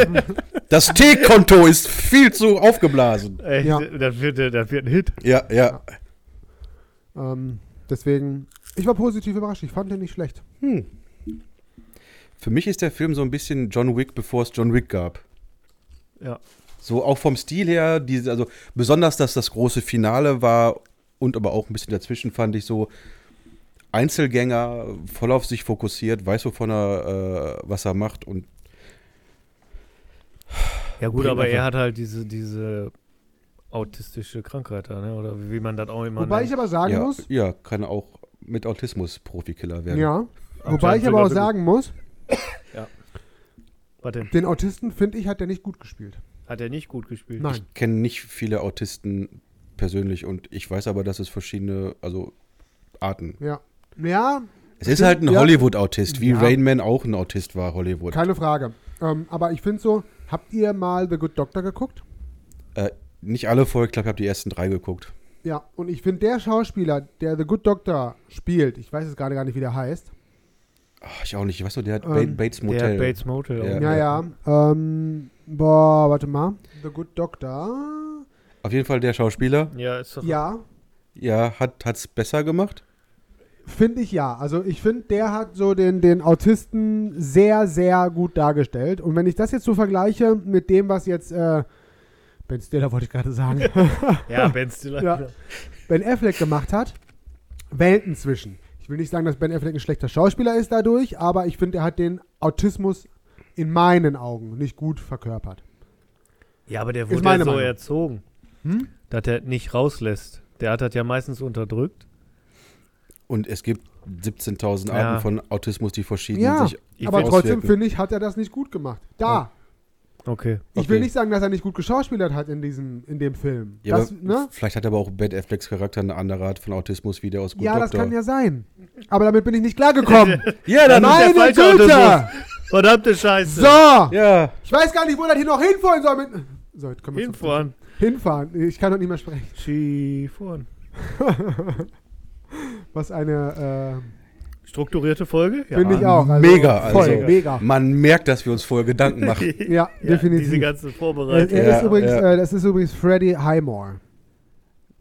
Speaker 2: Das T-Konto ist viel zu aufgeblasen.
Speaker 3: Ey,
Speaker 1: Ja.
Speaker 3: Das, wird, das wird ein Hit.
Speaker 2: Ja, ja.
Speaker 1: Ähm, deswegen, ich war positiv überrascht. Ich fand den nicht schlecht.
Speaker 2: Für mich ist der Film so ein bisschen John Wick, bevor es John Wick gab.
Speaker 3: Ja.
Speaker 2: So auch vom Stil her, diese, also besonders, dass das große Finale war und aber auch ein bisschen dazwischen fand ich so Einzelgänger, voll auf sich fokussiert, weiß, wovon er, äh, was er macht und
Speaker 3: Ja gut,
Speaker 2: Bringt
Speaker 3: aber
Speaker 2: einfach-
Speaker 3: er hat halt diese, diese autistische Krankheit da, ne? Oder wie man das auch immer
Speaker 1: Wobei
Speaker 3: nennt.
Speaker 1: ich aber sagen
Speaker 2: ja,
Speaker 1: muss,
Speaker 2: ja, kann auch mit Autismus Profikiller werden.
Speaker 1: ja, wobei
Speaker 3: Anscheinend
Speaker 1: ich aber auch
Speaker 3: sogar so
Speaker 1: sagen muss,
Speaker 3: gut. Was denn?
Speaker 1: den Autisten, finde ich, hat der nicht gut gespielt.
Speaker 3: Hat er nicht gut gespielt?
Speaker 1: Nein.
Speaker 2: Ich kenne nicht viele Autisten persönlich und ich weiß aber, dass es verschiedene, also Arten.
Speaker 1: Ja. Ja,
Speaker 2: Es ist halt ein
Speaker 1: ja.
Speaker 2: Hollywood-Autist, wie
Speaker 1: Ja.
Speaker 2: Rain Man auch ein Autist war, Hollywood.
Speaker 1: keine Frage. Ähm, aber ich finde so, habt ihr mal The Good Doctor geguckt?
Speaker 2: Äh, nicht alle Folgen, ich glaube, ich habe die ersten drei geguckt.
Speaker 1: Ja, und ich finde, der Schauspieler, der The Good Doctor spielt, ich weiß jetzt gerade gar nicht, wie der heißt.
Speaker 2: Ach, Ah, ich auch nicht. Weißt du, der hat
Speaker 1: Ähm,
Speaker 2: Bates- Bates
Speaker 3: Der
Speaker 2: Motel.
Speaker 3: hat Bates Motel.
Speaker 2: Ja.
Speaker 3: auch.
Speaker 1: Ja, ja. Ähm, boah, warte mal. The Good Doctor.
Speaker 2: Auf jeden Fall der Schauspieler.
Speaker 3: ja ist doch
Speaker 1: Ja,
Speaker 2: Ja, hat es besser gemacht.
Speaker 1: Finde ich ja. Also ich finde, der hat so den, den Autisten sehr, sehr gut dargestellt. Und wenn ich das jetzt so vergleiche mit dem, was jetzt äh, Ben Stiller wollte ich gerade sagen,
Speaker 3: Ja, Ben Stiller.
Speaker 1: Ja. Ben Affleck gemacht hat, Welten zwischen. Ich will nicht sagen, dass Ben Affleck ein schlechter Schauspieler ist dadurch, aber ich finde, er hat den Autismus in meinen Augen nicht gut verkörpert.
Speaker 3: Ja, aber der
Speaker 1: Ist
Speaker 3: wurde
Speaker 1: meine
Speaker 3: ja so
Speaker 1: Meinung.
Speaker 3: erzogen,
Speaker 1: Hm?
Speaker 3: dass er nicht rauslässt. Der hat das ja meistens unterdrückt.
Speaker 2: Und es gibt 17.000 Arten
Speaker 3: Ja.
Speaker 2: von Autismus, die verschieden
Speaker 1: Ja,
Speaker 2: sich
Speaker 3: Ich
Speaker 1: aber
Speaker 3: find-
Speaker 1: trotzdem
Speaker 2: auswirken.
Speaker 1: finde ich, hat er das nicht gut gemacht. Da.
Speaker 3: Okay.
Speaker 1: Ich will
Speaker 2: Ah, Okay.
Speaker 1: nicht sagen, dass er nicht gut geschauspielert hat in, diesem, in dem Film.
Speaker 2: Ja,
Speaker 1: das,
Speaker 2: aber
Speaker 1: ne?
Speaker 2: Vielleicht hat aber auch Ben Afflecks Charakter eine andere Art von Autismus wie der aus Good
Speaker 1: ja das
Speaker 2: Doctor.
Speaker 1: kann ja sein. Aber damit bin ich nicht klargekommen.
Speaker 2: ja, dann
Speaker 3: Nein!
Speaker 1: Meine
Speaker 3: ist der falsche
Speaker 1: Güte!
Speaker 3: Verdammte Scheiße.
Speaker 1: So!
Speaker 2: ja.
Speaker 1: Ich weiß gar nicht, wo das hier noch hinfahren soll. Mit so, jetzt können wir
Speaker 3: Hinfahren.
Speaker 1: zum- Hinfahren. Ich kann doch nicht mehr sprechen.
Speaker 3: Skifahren.
Speaker 1: Was eine, äh,
Speaker 3: Strukturierte Folge? Ja.
Speaker 1: finde ich auch. Also,
Speaker 2: mega, also.
Speaker 1: Voll, mega.
Speaker 2: Man merkt, dass wir uns vorher Gedanken machen.
Speaker 1: Ja,
Speaker 3: Ja, Diese
Speaker 1: definitiv.
Speaker 3: ganzen
Speaker 1: Er,
Speaker 3: Vorbereitungen.
Speaker 1: er
Speaker 2: Ja,
Speaker 1: ist übrigens,
Speaker 2: ja.
Speaker 1: äh, das ist übrigens Freddie Highmore.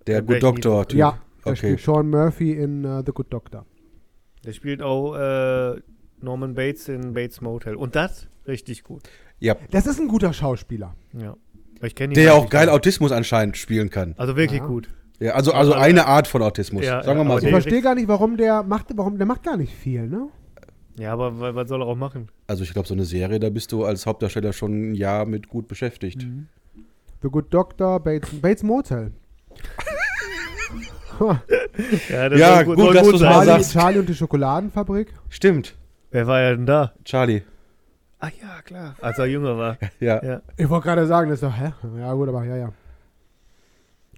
Speaker 2: Der
Speaker 3: Welchen
Speaker 2: Good Doctor-Typ.
Speaker 1: Ja, er
Speaker 2: okay.
Speaker 1: spielt Sean Murphy in äh, The Good Doctor.
Speaker 3: Der spielt auch äh, Norman Bates in Bates Motel. Und das richtig gut.
Speaker 2: Ja.
Speaker 1: Das ist ein guter Schauspieler.
Speaker 3: Ja. Ich kenne ihn
Speaker 2: Der ja
Speaker 3: gar
Speaker 2: auch
Speaker 3: nicht.
Speaker 2: geil Autismus anscheinend spielen kann.
Speaker 3: Also wirklich
Speaker 1: Ja.
Speaker 3: gut.
Speaker 2: Ja, also, also
Speaker 3: Aber-
Speaker 2: eine Art von Autismus.
Speaker 3: Ja,
Speaker 2: sagen wir
Speaker 3: ja,
Speaker 2: mal
Speaker 3: aber
Speaker 2: so.
Speaker 1: Ich
Speaker 3: der-
Speaker 1: verstehe gar nicht, warum der macht, warum der macht gar nicht viel, ne?
Speaker 3: Ja, aber wa- was soll er auch machen?
Speaker 2: Also ich glaube, so eine Serie, da bist du als Hauptdarsteller schon ein Jahr mit gut beschäftigt.
Speaker 1: The Good Doctor, Bates, Bates Motel.
Speaker 3: das
Speaker 2: Ja,
Speaker 3: soll
Speaker 2: gut,
Speaker 3: soll
Speaker 2: dass du's mal
Speaker 3: sein.
Speaker 1: Charlie,
Speaker 2: sagst.
Speaker 1: Charlie und die Schokoladenfabrik.
Speaker 2: Stimmt,
Speaker 3: Wer war ja denn da?
Speaker 2: Charlie.
Speaker 3: Ah ja, klar. Als er jünger war.
Speaker 2: Ja.
Speaker 3: Ja.
Speaker 1: Ich wollte gerade sagen, das ist doch, hä? Ja, gut, aber ja, ja.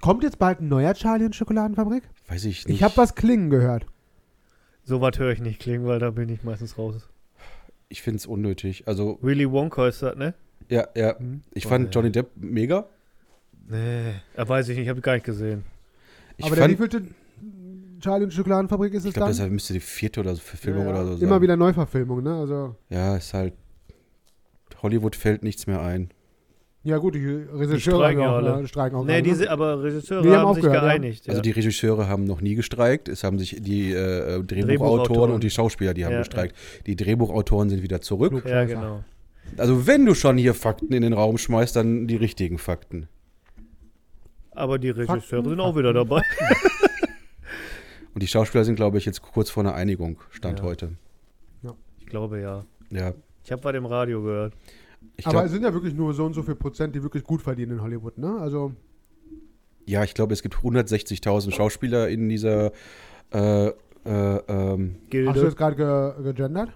Speaker 1: Kommt jetzt bald ein neuer Charlie und Schokoladenfabrik?
Speaker 2: Weiß ich nicht.
Speaker 1: Ich habe was klingen gehört.
Speaker 3: So was höre ich nicht klingen, weil da bin ich meistens raus.
Speaker 2: Ich finde es unnötig. Also,
Speaker 3: Willy Wonka ist das, ne?
Speaker 2: ja, ja. Ich
Speaker 3: Oh,
Speaker 2: fand
Speaker 3: nee.
Speaker 2: Johnny Depp mega.
Speaker 3: Nee. Ja, weiß ich nicht, habe ich gar nicht gesehen.
Speaker 2: Ich
Speaker 1: aber der
Speaker 2: fand,
Speaker 1: wievielte Charlie und Schokoladenfabrik ist
Speaker 2: ich
Speaker 1: es
Speaker 2: glaube,
Speaker 1: dann?
Speaker 2: das müsste die vierte oder so Verfilmung
Speaker 1: Ja, ja.
Speaker 2: oder so sein.
Speaker 1: Immer wieder Neuverfilmung, ne? Also,
Speaker 2: Ja, ist halt. Hollywood fällt nichts mehr ein.
Speaker 1: ja gut, die Regisseure
Speaker 3: streiken
Speaker 1: haben
Speaker 3: ja
Speaker 1: auch,
Speaker 3: alle.
Speaker 1: ne, streiken auch
Speaker 3: Nee,
Speaker 1: alle, ne?
Speaker 3: diese, aber Regisseure
Speaker 1: Die haben
Speaker 3: haben,
Speaker 1: auch
Speaker 3: sich
Speaker 1: gehört, ja.
Speaker 3: geeinigt. Ja.
Speaker 2: Also die Regisseure haben noch nie gestreikt. Es haben sich die äh, Drehbuchautoren
Speaker 3: Drehbuchautoren.
Speaker 2: und die Schauspieler, die haben
Speaker 3: Ja,
Speaker 2: gestreikt. Die Drehbuchautoren sind wieder zurück.
Speaker 3: ja, genau.
Speaker 2: Also wenn du schon hier Fakten in den Raum schmeißt, dann die richtigen Fakten.
Speaker 3: Aber die Regisseure
Speaker 1: Fakten,
Speaker 3: sind auch wieder dabei.
Speaker 2: Und die Schauspieler sind, glaube ich, jetzt kurz vor einer Einigung, Stand
Speaker 3: Ja.
Speaker 2: heute.
Speaker 3: Ich glaube ja.
Speaker 2: Ja.
Speaker 3: Ich habe bei dem Radio gehört.
Speaker 2: Ich
Speaker 1: aber
Speaker 2: glaub,
Speaker 1: es sind ja wirklich nur so und so viel Prozent, die wirklich gut verdienen in Hollywood, ne? Also,
Speaker 2: ja, ich glaube, es gibt 160.000 Schauspieler in dieser äh, äh, ähm,
Speaker 1: hast du
Speaker 3: Gilde.
Speaker 1: jetzt gerade ge gegendert?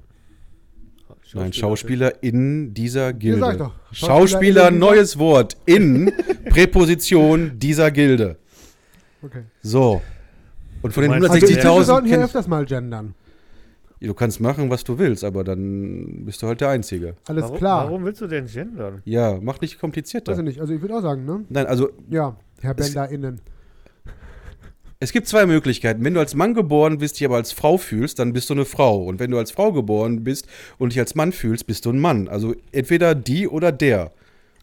Speaker 2: nein, Schauspieler in dieser
Speaker 1: Ihr
Speaker 2: Gilde.
Speaker 1: sagt doch.
Speaker 2: Schauspieler,
Speaker 1: in dieser-
Speaker 2: neues Wort. In Präposition dieser Gilde.
Speaker 1: Okay.
Speaker 2: So. Und von den
Speaker 3: Du meinst-
Speaker 1: Also, wir sollten
Speaker 2: 160.000
Speaker 1: hier
Speaker 2: kennt-
Speaker 1: öfters mal gendern.
Speaker 2: Du kannst machen, was du willst, aber dann bist du halt der Einzige.
Speaker 1: Alles
Speaker 3: warum,
Speaker 1: klar.
Speaker 3: Warum willst du denn gendern?
Speaker 2: Ja, mach nicht
Speaker 1: Weiß ich
Speaker 2: komplizierter.
Speaker 1: nicht. Also ich würde auch sagen, ne?
Speaker 2: Nein, also
Speaker 1: Ja, Herr
Speaker 2: Es-
Speaker 1: BenderInnen.
Speaker 2: Es gibt zwei Möglichkeiten. Wenn du als Mann geboren bist, dich aber als Frau fühlst, dann bist du eine Frau. Und wenn du als Frau geboren bist und dich als Mann fühlst, bist du ein Mann. Also entweder die oder der.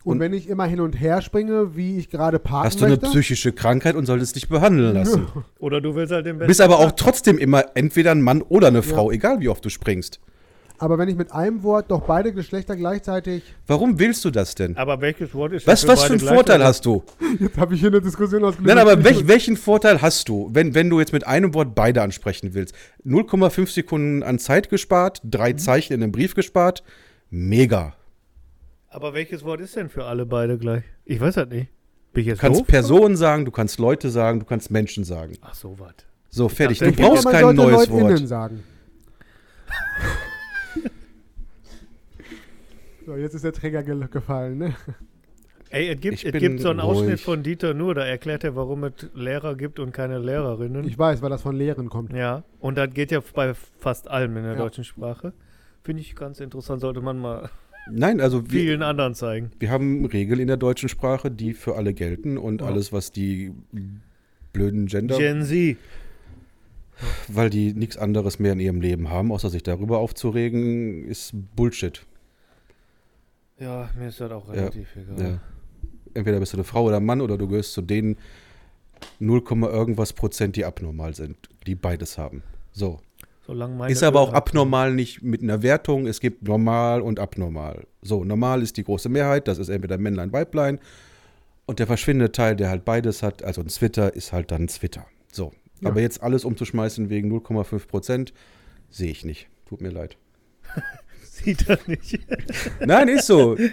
Speaker 1: Und,
Speaker 2: und-
Speaker 1: wenn ich immer hin und her springe, wie ich gerade parken
Speaker 2: Hast du eine
Speaker 1: möchte,
Speaker 2: psychische Krankheit und solltest dich behandeln lassen.
Speaker 3: Oder du willst halt den besten.
Speaker 2: Bist aber auch trotzdem immer entweder ein Mann oder eine Frau, egal wie oft du springst.
Speaker 1: aber wenn ich mit einem Wort doch beide Geschlechter gleichzeitig...
Speaker 2: Warum willst du das denn?
Speaker 3: aber welches Wort ist
Speaker 2: Was,
Speaker 3: denn
Speaker 2: was für
Speaker 3: beide
Speaker 2: einen
Speaker 3: gleich?
Speaker 2: Vorteil hast du?
Speaker 1: Jetzt habe ich hier eine Diskussion ausgelöst.
Speaker 2: Nein, aber welch, welchen Vorteil hast du, wenn, wenn du jetzt mit einem Wort beide ansprechen willst? 0,5 Sekunden an Zeit gespart, drei
Speaker 3: Mhm.
Speaker 2: Zeichen in einem Brief gespart. Mega.
Speaker 3: Aber welches Wort ist denn für alle beide gleich? Ich weiß halt nicht. Bin ich jetzt
Speaker 2: Du kannst
Speaker 3: doof?
Speaker 2: Personen sagen, du kannst Leute sagen, du kannst Menschen sagen.
Speaker 3: Ach so, was.
Speaker 2: So, fertig.
Speaker 3: dachte,
Speaker 2: Du
Speaker 3: ich dachte,
Speaker 2: brauchst
Speaker 1: man
Speaker 2: kein
Speaker 1: sollte
Speaker 2: neues
Speaker 1: LeutInnen
Speaker 2: Wort.
Speaker 1: sagen. So, jetzt ist der Träger ge gefallen, ne?
Speaker 3: Ey, es gibt,
Speaker 2: Ich
Speaker 3: es
Speaker 2: bin
Speaker 3: gibt so einen Ausschnitt
Speaker 2: ruhig.
Speaker 3: von Dieter Nur, da erklärt er, warum es Lehrer gibt und keine Lehrerinnen.
Speaker 1: Ich weiß, weil das von Lehren kommt.
Speaker 3: ja, und das geht ja bei fast allem in der
Speaker 1: Ja.
Speaker 3: deutschen Sprache. Finde ich ganz interessant, sollte man mal
Speaker 2: Nein, also wir,
Speaker 3: vielen anderen zeigen.
Speaker 2: wir haben Regeln in der deutschen Sprache, die für alle gelten und alles, was die blöden Gender,
Speaker 3: Gen Z.
Speaker 2: weil die nichts anderes mehr in ihrem Leben haben, außer sich darüber aufzuregen, ist Bullshit.
Speaker 3: Ja, mir ist das auch relativ egal.
Speaker 2: Ja. Entweder bist du eine Frau oder ein Mann oder du gehörst zu denen 0, irgendwas Prozent, die abnormal sind, die beides haben. So.
Speaker 3: Solange meine
Speaker 2: Ist aber auch
Speaker 3: Öl-
Speaker 2: abnormal nicht mit einer Wertung. Es gibt normal und abnormal. So, normal ist die große Mehrheit. Das ist entweder Männlein, Weiblein. Und der verschwindende Teil, der halt beides hat, also ein Zwitter, ist halt dann ein Zwitter. So. Aber jetzt alles umzuschmeißen wegen 0,5 Prozent, sehe ich nicht. Tut mir leid.
Speaker 3: Sieht das nicht.
Speaker 2: Nein, ist so.
Speaker 3: ja,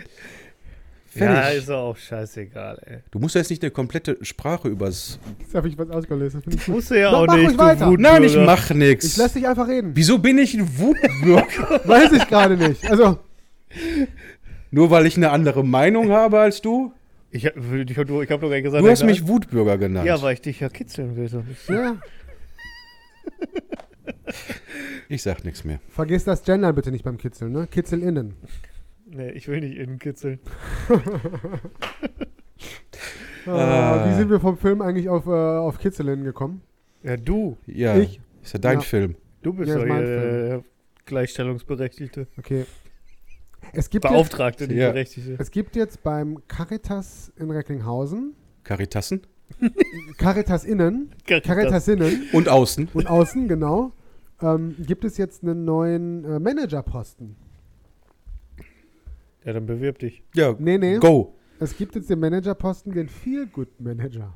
Speaker 2: Fertig.
Speaker 3: ist doch auch scheißegal, ey.
Speaker 2: du musst ja jetzt nicht eine komplette Sprache übers.
Speaker 1: Jetzt habe ich was ausgelöst. Das finde ich gut.
Speaker 3: Musst du ja
Speaker 1: Mach-
Speaker 3: auch
Speaker 1: mach ruhig
Speaker 3: nicht, du
Speaker 1: weiter.
Speaker 3: Wutbürger.
Speaker 2: Nein, ich mach
Speaker 1: Ich
Speaker 2: nix.
Speaker 1: lasse dich einfach reden.
Speaker 2: Wieso bin ich ein Wutbürger?
Speaker 1: Weiß ich gerade nicht. Also,
Speaker 2: Nur weil ich eine andere Meinung habe als du?
Speaker 3: Ich, hab- ich, hab- ich habe doch gar nicht gesagt,
Speaker 2: Du hast
Speaker 3: dass-
Speaker 2: mich Wutbürger genannt.
Speaker 3: Ja, weil ich dich ja kitzeln will. so.
Speaker 1: ja,
Speaker 2: ich sag nichts mehr.
Speaker 1: vergiss das Gendern bitte nicht beim Kitzeln, ne? KitzelInnen.
Speaker 3: Nee, ich will nicht innen kitzeln.
Speaker 1: Äh,
Speaker 2: Ah.
Speaker 1: Wie sind wir vom Film eigentlich auf, äh, auf KitzelInnen gekommen?
Speaker 3: Ja, du.
Speaker 2: Ja.
Speaker 1: Ich?
Speaker 2: Ist ja dein
Speaker 1: Ja.
Speaker 2: Film.
Speaker 3: Du bist
Speaker 1: Ja,
Speaker 3: ja,
Speaker 1: ist mein
Speaker 3: der Gleichstellungsberechtigte.
Speaker 1: Okay. Es gibt, jetzt,
Speaker 3: Beauftragte, nicht
Speaker 2: Ja.
Speaker 3: Berechtigte.
Speaker 1: es gibt jetzt beim Caritas in Recklinghausen,
Speaker 2: Caritassen?
Speaker 1: Caritas innen, Caritas innen
Speaker 2: Und außen.
Speaker 1: und außen, genau, ähm, gibt es jetzt einen neuen äh, Managerposten.
Speaker 3: Ja, dann bewirb dich.
Speaker 2: Ja,
Speaker 1: Nee, nee.
Speaker 2: go.
Speaker 1: Es gibt jetzt den Managerposten, den Feel-Good-Manager.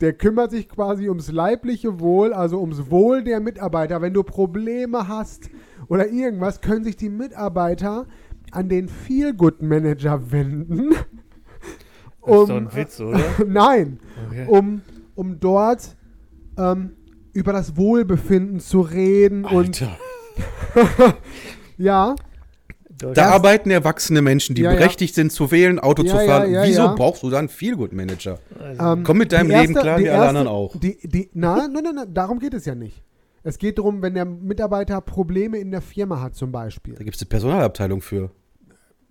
Speaker 1: Der kümmert sich quasi ums leibliche Wohl, also ums Wohl der Mitarbeiter. Wenn du Probleme hast oder irgendwas, können sich die Mitarbeiter an den Feel-Good-Manager wenden. um
Speaker 3: Das ist doch ein Witz, oder? Oh,
Speaker 1: Nein,
Speaker 3: Okay.
Speaker 1: um, um dort ähm, über das Wohlbefinden zu reden und
Speaker 2: Alter.
Speaker 1: ja,
Speaker 3: Deutsch.
Speaker 2: Da arbeiten erwachsene Menschen, die
Speaker 1: Ja, ja.
Speaker 2: berechtigt sind zu wählen, Auto
Speaker 1: Ja,
Speaker 2: zu
Speaker 1: ja,
Speaker 2: fahren.
Speaker 1: ja,
Speaker 2: Wieso
Speaker 1: ja.
Speaker 2: brauchst du dann viel gut Manager?
Speaker 3: Also,
Speaker 1: ähm,
Speaker 2: Komm mit deinem
Speaker 1: die
Speaker 2: Leben klar,
Speaker 1: die
Speaker 2: wie alle anderen auch.
Speaker 1: Die, die, na, nein, nein, nein, darum geht es ja nicht. Es geht darum, wenn der Mitarbeiter Probleme in der Firma hat zum Beispiel.
Speaker 2: Da gibt es eine Personalabteilung für.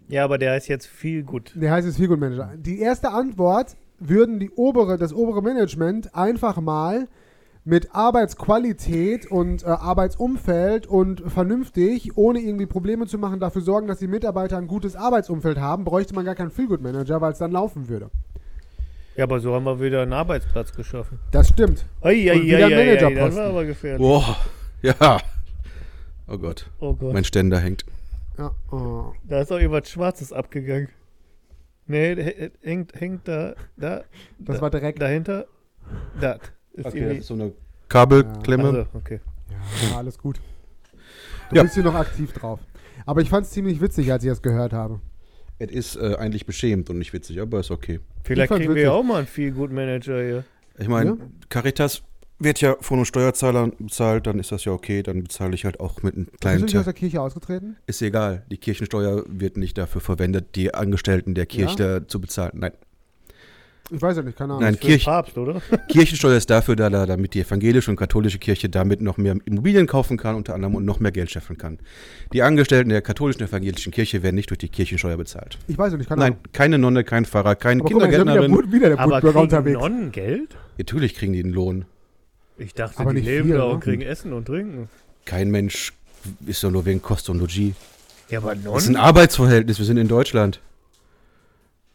Speaker 3: ja, aber der heißt jetzt viel gut.
Speaker 1: Der heißt es Feel Good Manager. Die erste Antwort würden die obere, das obere Management einfach mal mit Arbeitsqualität und äh, Arbeitsumfeld und vernünftig, ohne irgendwie Probleme zu machen, dafür sorgen, dass die Mitarbeiter ein gutes Arbeitsumfeld haben, bräuchte man gar keinen Feel Good Manager, weil es dann laufen würde.
Speaker 3: Ja, aber so haben wir wieder einen Arbeitsplatz geschaffen.
Speaker 1: Das stimmt.
Speaker 3: Ei, ei,
Speaker 1: Und wieder
Speaker 3: ei, ei, ei,
Speaker 1: Managerposten.
Speaker 3: das war aber gefährlich.
Speaker 2: Boah. Ja. Oh Gott.
Speaker 3: Oh Gott,
Speaker 2: Mein Ständer hängt.
Speaker 1: Ja, oh.
Speaker 3: da ist auch irgendwas Schwarzes abgegangen. Nee, h- hängt, hängt da, da,
Speaker 1: Das
Speaker 3: da,
Speaker 1: war direkt.
Speaker 3: dahinter. Das ist irgendwie...
Speaker 2: so eine Kabelklemme.
Speaker 3: also, okay.
Speaker 1: Ja, alles gut. Du
Speaker 2: Ja.
Speaker 1: bist hier noch aktiv drauf. Aber ich fand es ziemlich witzig, als ich das gehört habe.
Speaker 2: Es ist äh, eigentlich beschämt und nicht witzig, aber ist okay.
Speaker 3: Vielleicht
Speaker 1: fand's
Speaker 3: kriegen wir
Speaker 1: witzig.
Speaker 3: ja auch mal einen viel gut Manager hier.
Speaker 2: Ich meine,
Speaker 1: Ja.
Speaker 2: Caritas wird ja von den Steuerzahlern bezahlt, dann ist das ja okay, dann bezahle ich halt auch mit einem
Speaker 1: Bist du
Speaker 2: kleinen
Speaker 1: nicht aus
Speaker 2: Teil.
Speaker 1: der Kirche ausgetreten?
Speaker 2: Ist egal, die Kirchensteuer wird nicht dafür verwendet, die Angestellten der Kirche zu bezahlen. Nein.
Speaker 1: Ich weiß ja nicht, keine Ahnung.
Speaker 2: Nein,
Speaker 3: Für den
Speaker 2: Kirch-
Speaker 3: Papst, oder?
Speaker 2: Kirchensteuer ist dafür da, da, damit die evangelische und katholische Kirche damit noch mehr Immobilien kaufen kann, unter anderem und noch mehr Geld scheffeln kann. Die Angestellten der katholischen und evangelischen Kirche werden nicht durch die Kirchensteuer bezahlt.
Speaker 1: Ich weiß ja nicht, keine
Speaker 2: Nein,
Speaker 1: Ahnung.
Speaker 2: keine Nonne, kein Pfarrer, keine
Speaker 1: Genau. Aber guck mal, jetzt haben
Speaker 2: Kindergärtnerin.
Speaker 1: wieder, Wut- wieder der
Speaker 3: Aber
Speaker 1: Wutbürger
Speaker 3: kriegen
Speaker 1: unterwegs.
Speaker 3: Nonnen Geld?
Speaker 2: Natürlich kriegen die einen Lohn.
Speaker 3: Ich dachte,
Speaker 1: Aber
Speaker 3: die
Speaker 1: nicht
Speaker 3: leben
Speaker 1: viel,
Speaker 3: da
Speaker 1: ne?
Speaker 3: und kriegen Essen und Trinken.
Speaker 2: Kein Mensch ist doch nur wegen Kost und Logis.
Speaker 3: Ja, aber
Speaker 2: Das ist ein
Speaker 3: Nonnen?
Speaker 2: Arbeitsverhältnis, wir sind in Deutschland.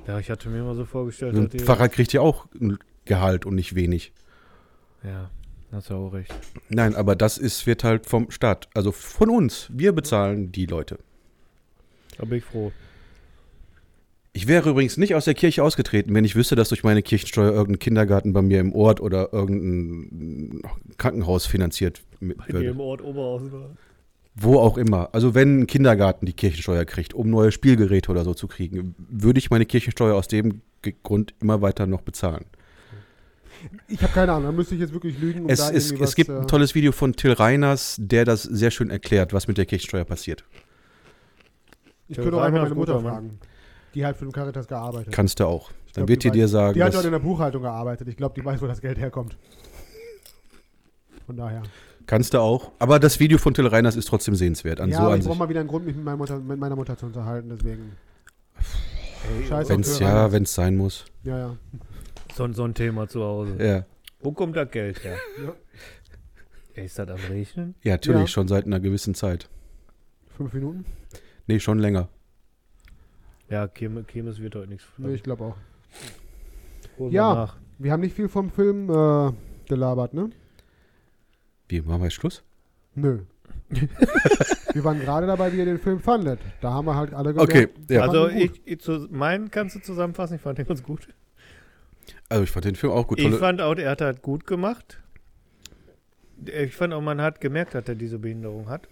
Speaker 3: Ja, ich hatte mir immer so vorgestellt,
Speaker 2: Ein
Speaker 3: dass die...
Speaker 2: Pfarrer kriegt ja auch ein Gehalt und nicht wenig.
Speaker 3: Ja, hast du auch recht.
Speaker 2: Nein, aber das ist, wird halt vom Staat, also von uns. Wir bezahlen die Leute.
Speaker 3: Da bin ich froh.
Speaker 2: Ich wäre übrigens nicht aus der Kirche ausgetreten, wenn ich wüsste, dass durch meine Kirchensteuer irgendein Kindergarten bei mir im Ort oder irgendein hm, Krankenhaus finanziert mit-
Speaker 3: Bei dir
Speaker 2: würde.
Speaker 3: im Ort Oberhausen.
Speaker 2: Wo auch immer. Also wenn ein Kindergarten die Kirchensteuer kriegt, um neue Spielgeräte oder so zu kriegen, würde ich meine Kirchensteuer aus dem Ge- Grund immer weiter noch bezahlen.
Speaker 1: Ich habe keine Ahnung, da müsste ich jetzt wirklich lügen. um
Speaker 2: Es,
Speaker 1: da
Speaker 2: es,
Speaker 1: irgendwie
Speaker 2: es
Speaker 1: was,
Speaker 2: gibt
Speaker 1: äh,
Speaker 2: ein tolles Video von Till Reiners, der das sehr schön erklärt, was mit der Kirchensteuer passiert.
Speaker 1: Ich könnte auch
Speaker 3: Reinhard
Speaker 1: einfach meine Mutter
Speaker 3: Gutermann.
Speaker 1: fragen. Die hat für den Caritas gearbeitet.
Speaker 2: Kannst du auch. Dann
Speaker 1: glaub,
Speaker 2: wird
Speaker 1: die
Speaker 2: die dir
Speaker 1: beiden-
Speaker 2: sagen,
Speaker 1: die hat dort in
Speaker 2: dass,
Speaker 1: der Buchhaltung gearbeitet. Ich glaube, die weiß, wo das Geld herkommt. Von daher.
Speaker 2: kannst du auch. Aber das Video von Till Reiners ist trotzdem sehenswert. An
Speaker 1: ja,
Speaker 2: so
Speaker 1: aber
Speaker 2: an
Speaker 1: ich brauche
Speaker 2: sich.
Speaker 1: mal wieder einen Grund, mich mit meiner Mutter, mit meiner Mutter zu unterhalten, deswegen. Scheiß auf
Speaker 2: Wenn's
Speaker 1: Till
Speaker 2: ja,
Speaker 1: Reiners.
Speaker 2: wenn's sein muss.
Speaker 1: Ja, ja.
Speaker 3: So, so ein Thema zu Hause.
Speaker 2: Ja.
Speaker 3: Wo kommt das Geld her?
Speaker 1: Ja.
Speaker 3: Ey, Ist das am Rechnen?
Speaker 2: Ja, natürlich,
Speaker 1: Ja.
Speaker 2: schon seit einer gewissen Zeit.
Speaker 1: Fünf Minuten?
Speaker 2: Nee, schon länger.
Speaker 3: Ja, Chem- Chemis wird heute nichts.
Speaker 1: Nee, ich glaube auch.
Speaker 3: Holen wir
Speaker 1: Ja.
Speaker 3: nach.
Speaker 1: Wir haben nicht viel vom Film äh, gelabert, ne?
Speaker 2: Wie, machen wir jetzt Schluss?
Speaker 1: Nö. wir waren gerade dabei, wie ihr den Film fandet. Da haben wir halt alle
Speaker 2: Okay, ja.
Speaker 1: Fand
Speaker 3: Also
Speaker 1: ihn gut.
Speaker 3: ich, ich zu, meinen kannst du zusammenfassen, ich fand den ganz gut.
Speaker 2: Also ich fand den Film auch gut.
Speaker 3: ich
Speaker 2: Tolle,
Speaker 3: fand auch, er hat halt gut gemacht. Ich fand auch, man hat gemerkt, dass er diese Behinderung hat.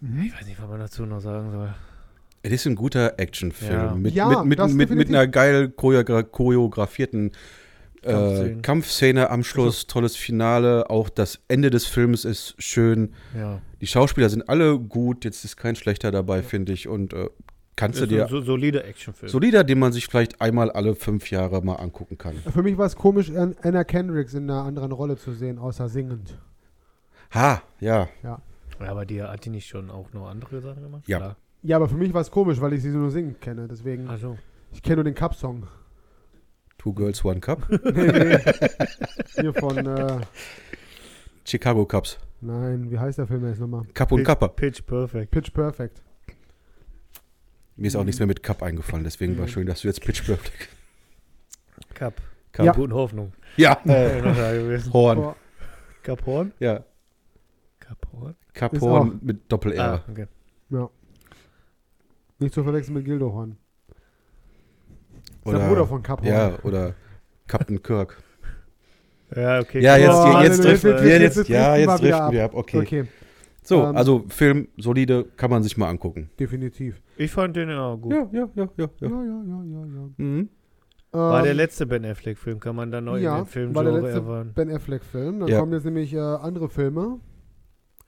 Speaker 2: Mhm.
Speaker 3: Ich weiß nicht, was man dazu noch sagen soll.
Speaker 2: es ist ein guter Actionfilm.
Speaker 3: Ja.
Speaker 2: Mit,
Speaker 1: Ja,
Speaker 2: mit,
Speaker 1: das
Speaker 2: mit, mit, mit
Speaker 1: definitiv.
Speaker 2: einer geil choreogra- choreografierten äh,
Speaker 3: Kampfszenen.
Speaker 2: Kampfszene am Schluss.
Speaker 1: Also
Speaker 2: Tolles Finale. Auch das Ende des Films ist schön.
Speaker 3: Ja.
Speaker 2: Die Schauspieler sind alle gut. Jetzt ist kein schlechter dabei, finde ich. Und äh, kannst
Speaker 3: Ist
Speaker 2: du dir
Speaker 3: ein so, solider Actionfilm.
Speaker 2: solider, den man sich vielleicht einmal alle fünf Jahre mal angucken kann.
Speaker 1: Für mich war es komisch, An- Anna Kendricks in einer anderen Rolle zu sehen, außer singend.
Speaker 2: Ha, ja.
Speaker 3: ja, aber die hat die nicht schon auch noch andere Sachen gemacht?
Speaker 2: Ja.
Speaker 3: Klar.
Speaker 1: Ja, aber für mich war es komisch, weil ich sie so nur singen kenne. Deswegen,
Speaker 3: Ach so.
Speaker 1: ich kenne nur den Cup-Song.
Speaker 2: Two Girls, One Cup.
Speaker 1: Nee, nee. Hier von, äh,
Speaker 2: Chicago Cups.
Speaker 1: nein, wie heißt der Film jetzt nochmal?
Speaker 2: Cup und
Speaker 3: Pitch-
Speaker 2: Kappa.
Speaker 3: Pitch Perfect.
Speaker 1: Pitch Perfect.
Speaker 2: Mir ist auch nichts mehr mit Cup eingefallen, deswegen war
Speaker 1: Mhm.
Speaker 2: schön, dass du jetzt Pitch Perfect.
Speaker 3: Cup.
Speaker 2: Cup.
Speaker 1: Ja.
Speaker 3: Guten Hoffnung.
Speaker 2: Ja.
Speaker 3: Äh, noch da gewesen.
Speaker 2: Horn.
Speaker 1: Boah,
Speaker 3: Cup Horn?
Speaker 2: Ja.
Speaker 3: Cup Horn?
Speaker 2: Cup
Speaker 1: Ist
Speaker 2: Horn mit Doppel-R.
Speaker 3: Ah, okay.
Speaker 1: nicht zu verwechseln mit Gildohorn. Ist der
Speaker 2: Oder-
Speaker 1: Bruder von Cup
Speaker 2: Ja, oder Captain Kirk.
Speaker 3: Ja, okay.
Speaker 2: Ja, jetzt,
Speaker 1: Boah,
Speaker 2: jetzt,
Speaker 1: Halleluja,
Speaker 2: jetzt driften wir,
Speaker 1: jetzt-
Speaker 2: jetzt,
Speaker 1: jetzt
Speaker 2: ja,
Speaker 1: driften wir
Speaker 2: jetzt
Speaker 1: wieder
Speaker 2: driften wir ab. Okay.
Speaker 1: Okay.
Speaker 2: So,
Speaker 1: Ähm,
Speaker 2: also Film, solide, kann man sich mal angucken.
Speaker 1: definitiv.
Speaker 3: Ich fand den ja gut.
Speaker 2: ja, ja, ja,
Speaker 1: Ja, ja, ja, ja, ja.
Speaker 2: Mhm.
Speaker 3: War
Speaker 1: Ähm,
Speaker 3: der letzte Ben Affleck-Film, kann man da neu
Speaker 1: ja,
Speaker 3: in den Film
Speaker 1: war der
Speaker 3: Genre
Speaker 1: letzte-
Speaker 3: erfahren.
Speaker 1: Ben Affleck-Film. Dann
Speaker 2: Ja.
Speaker 1: kommen jetzt nämlich äh, andere Filme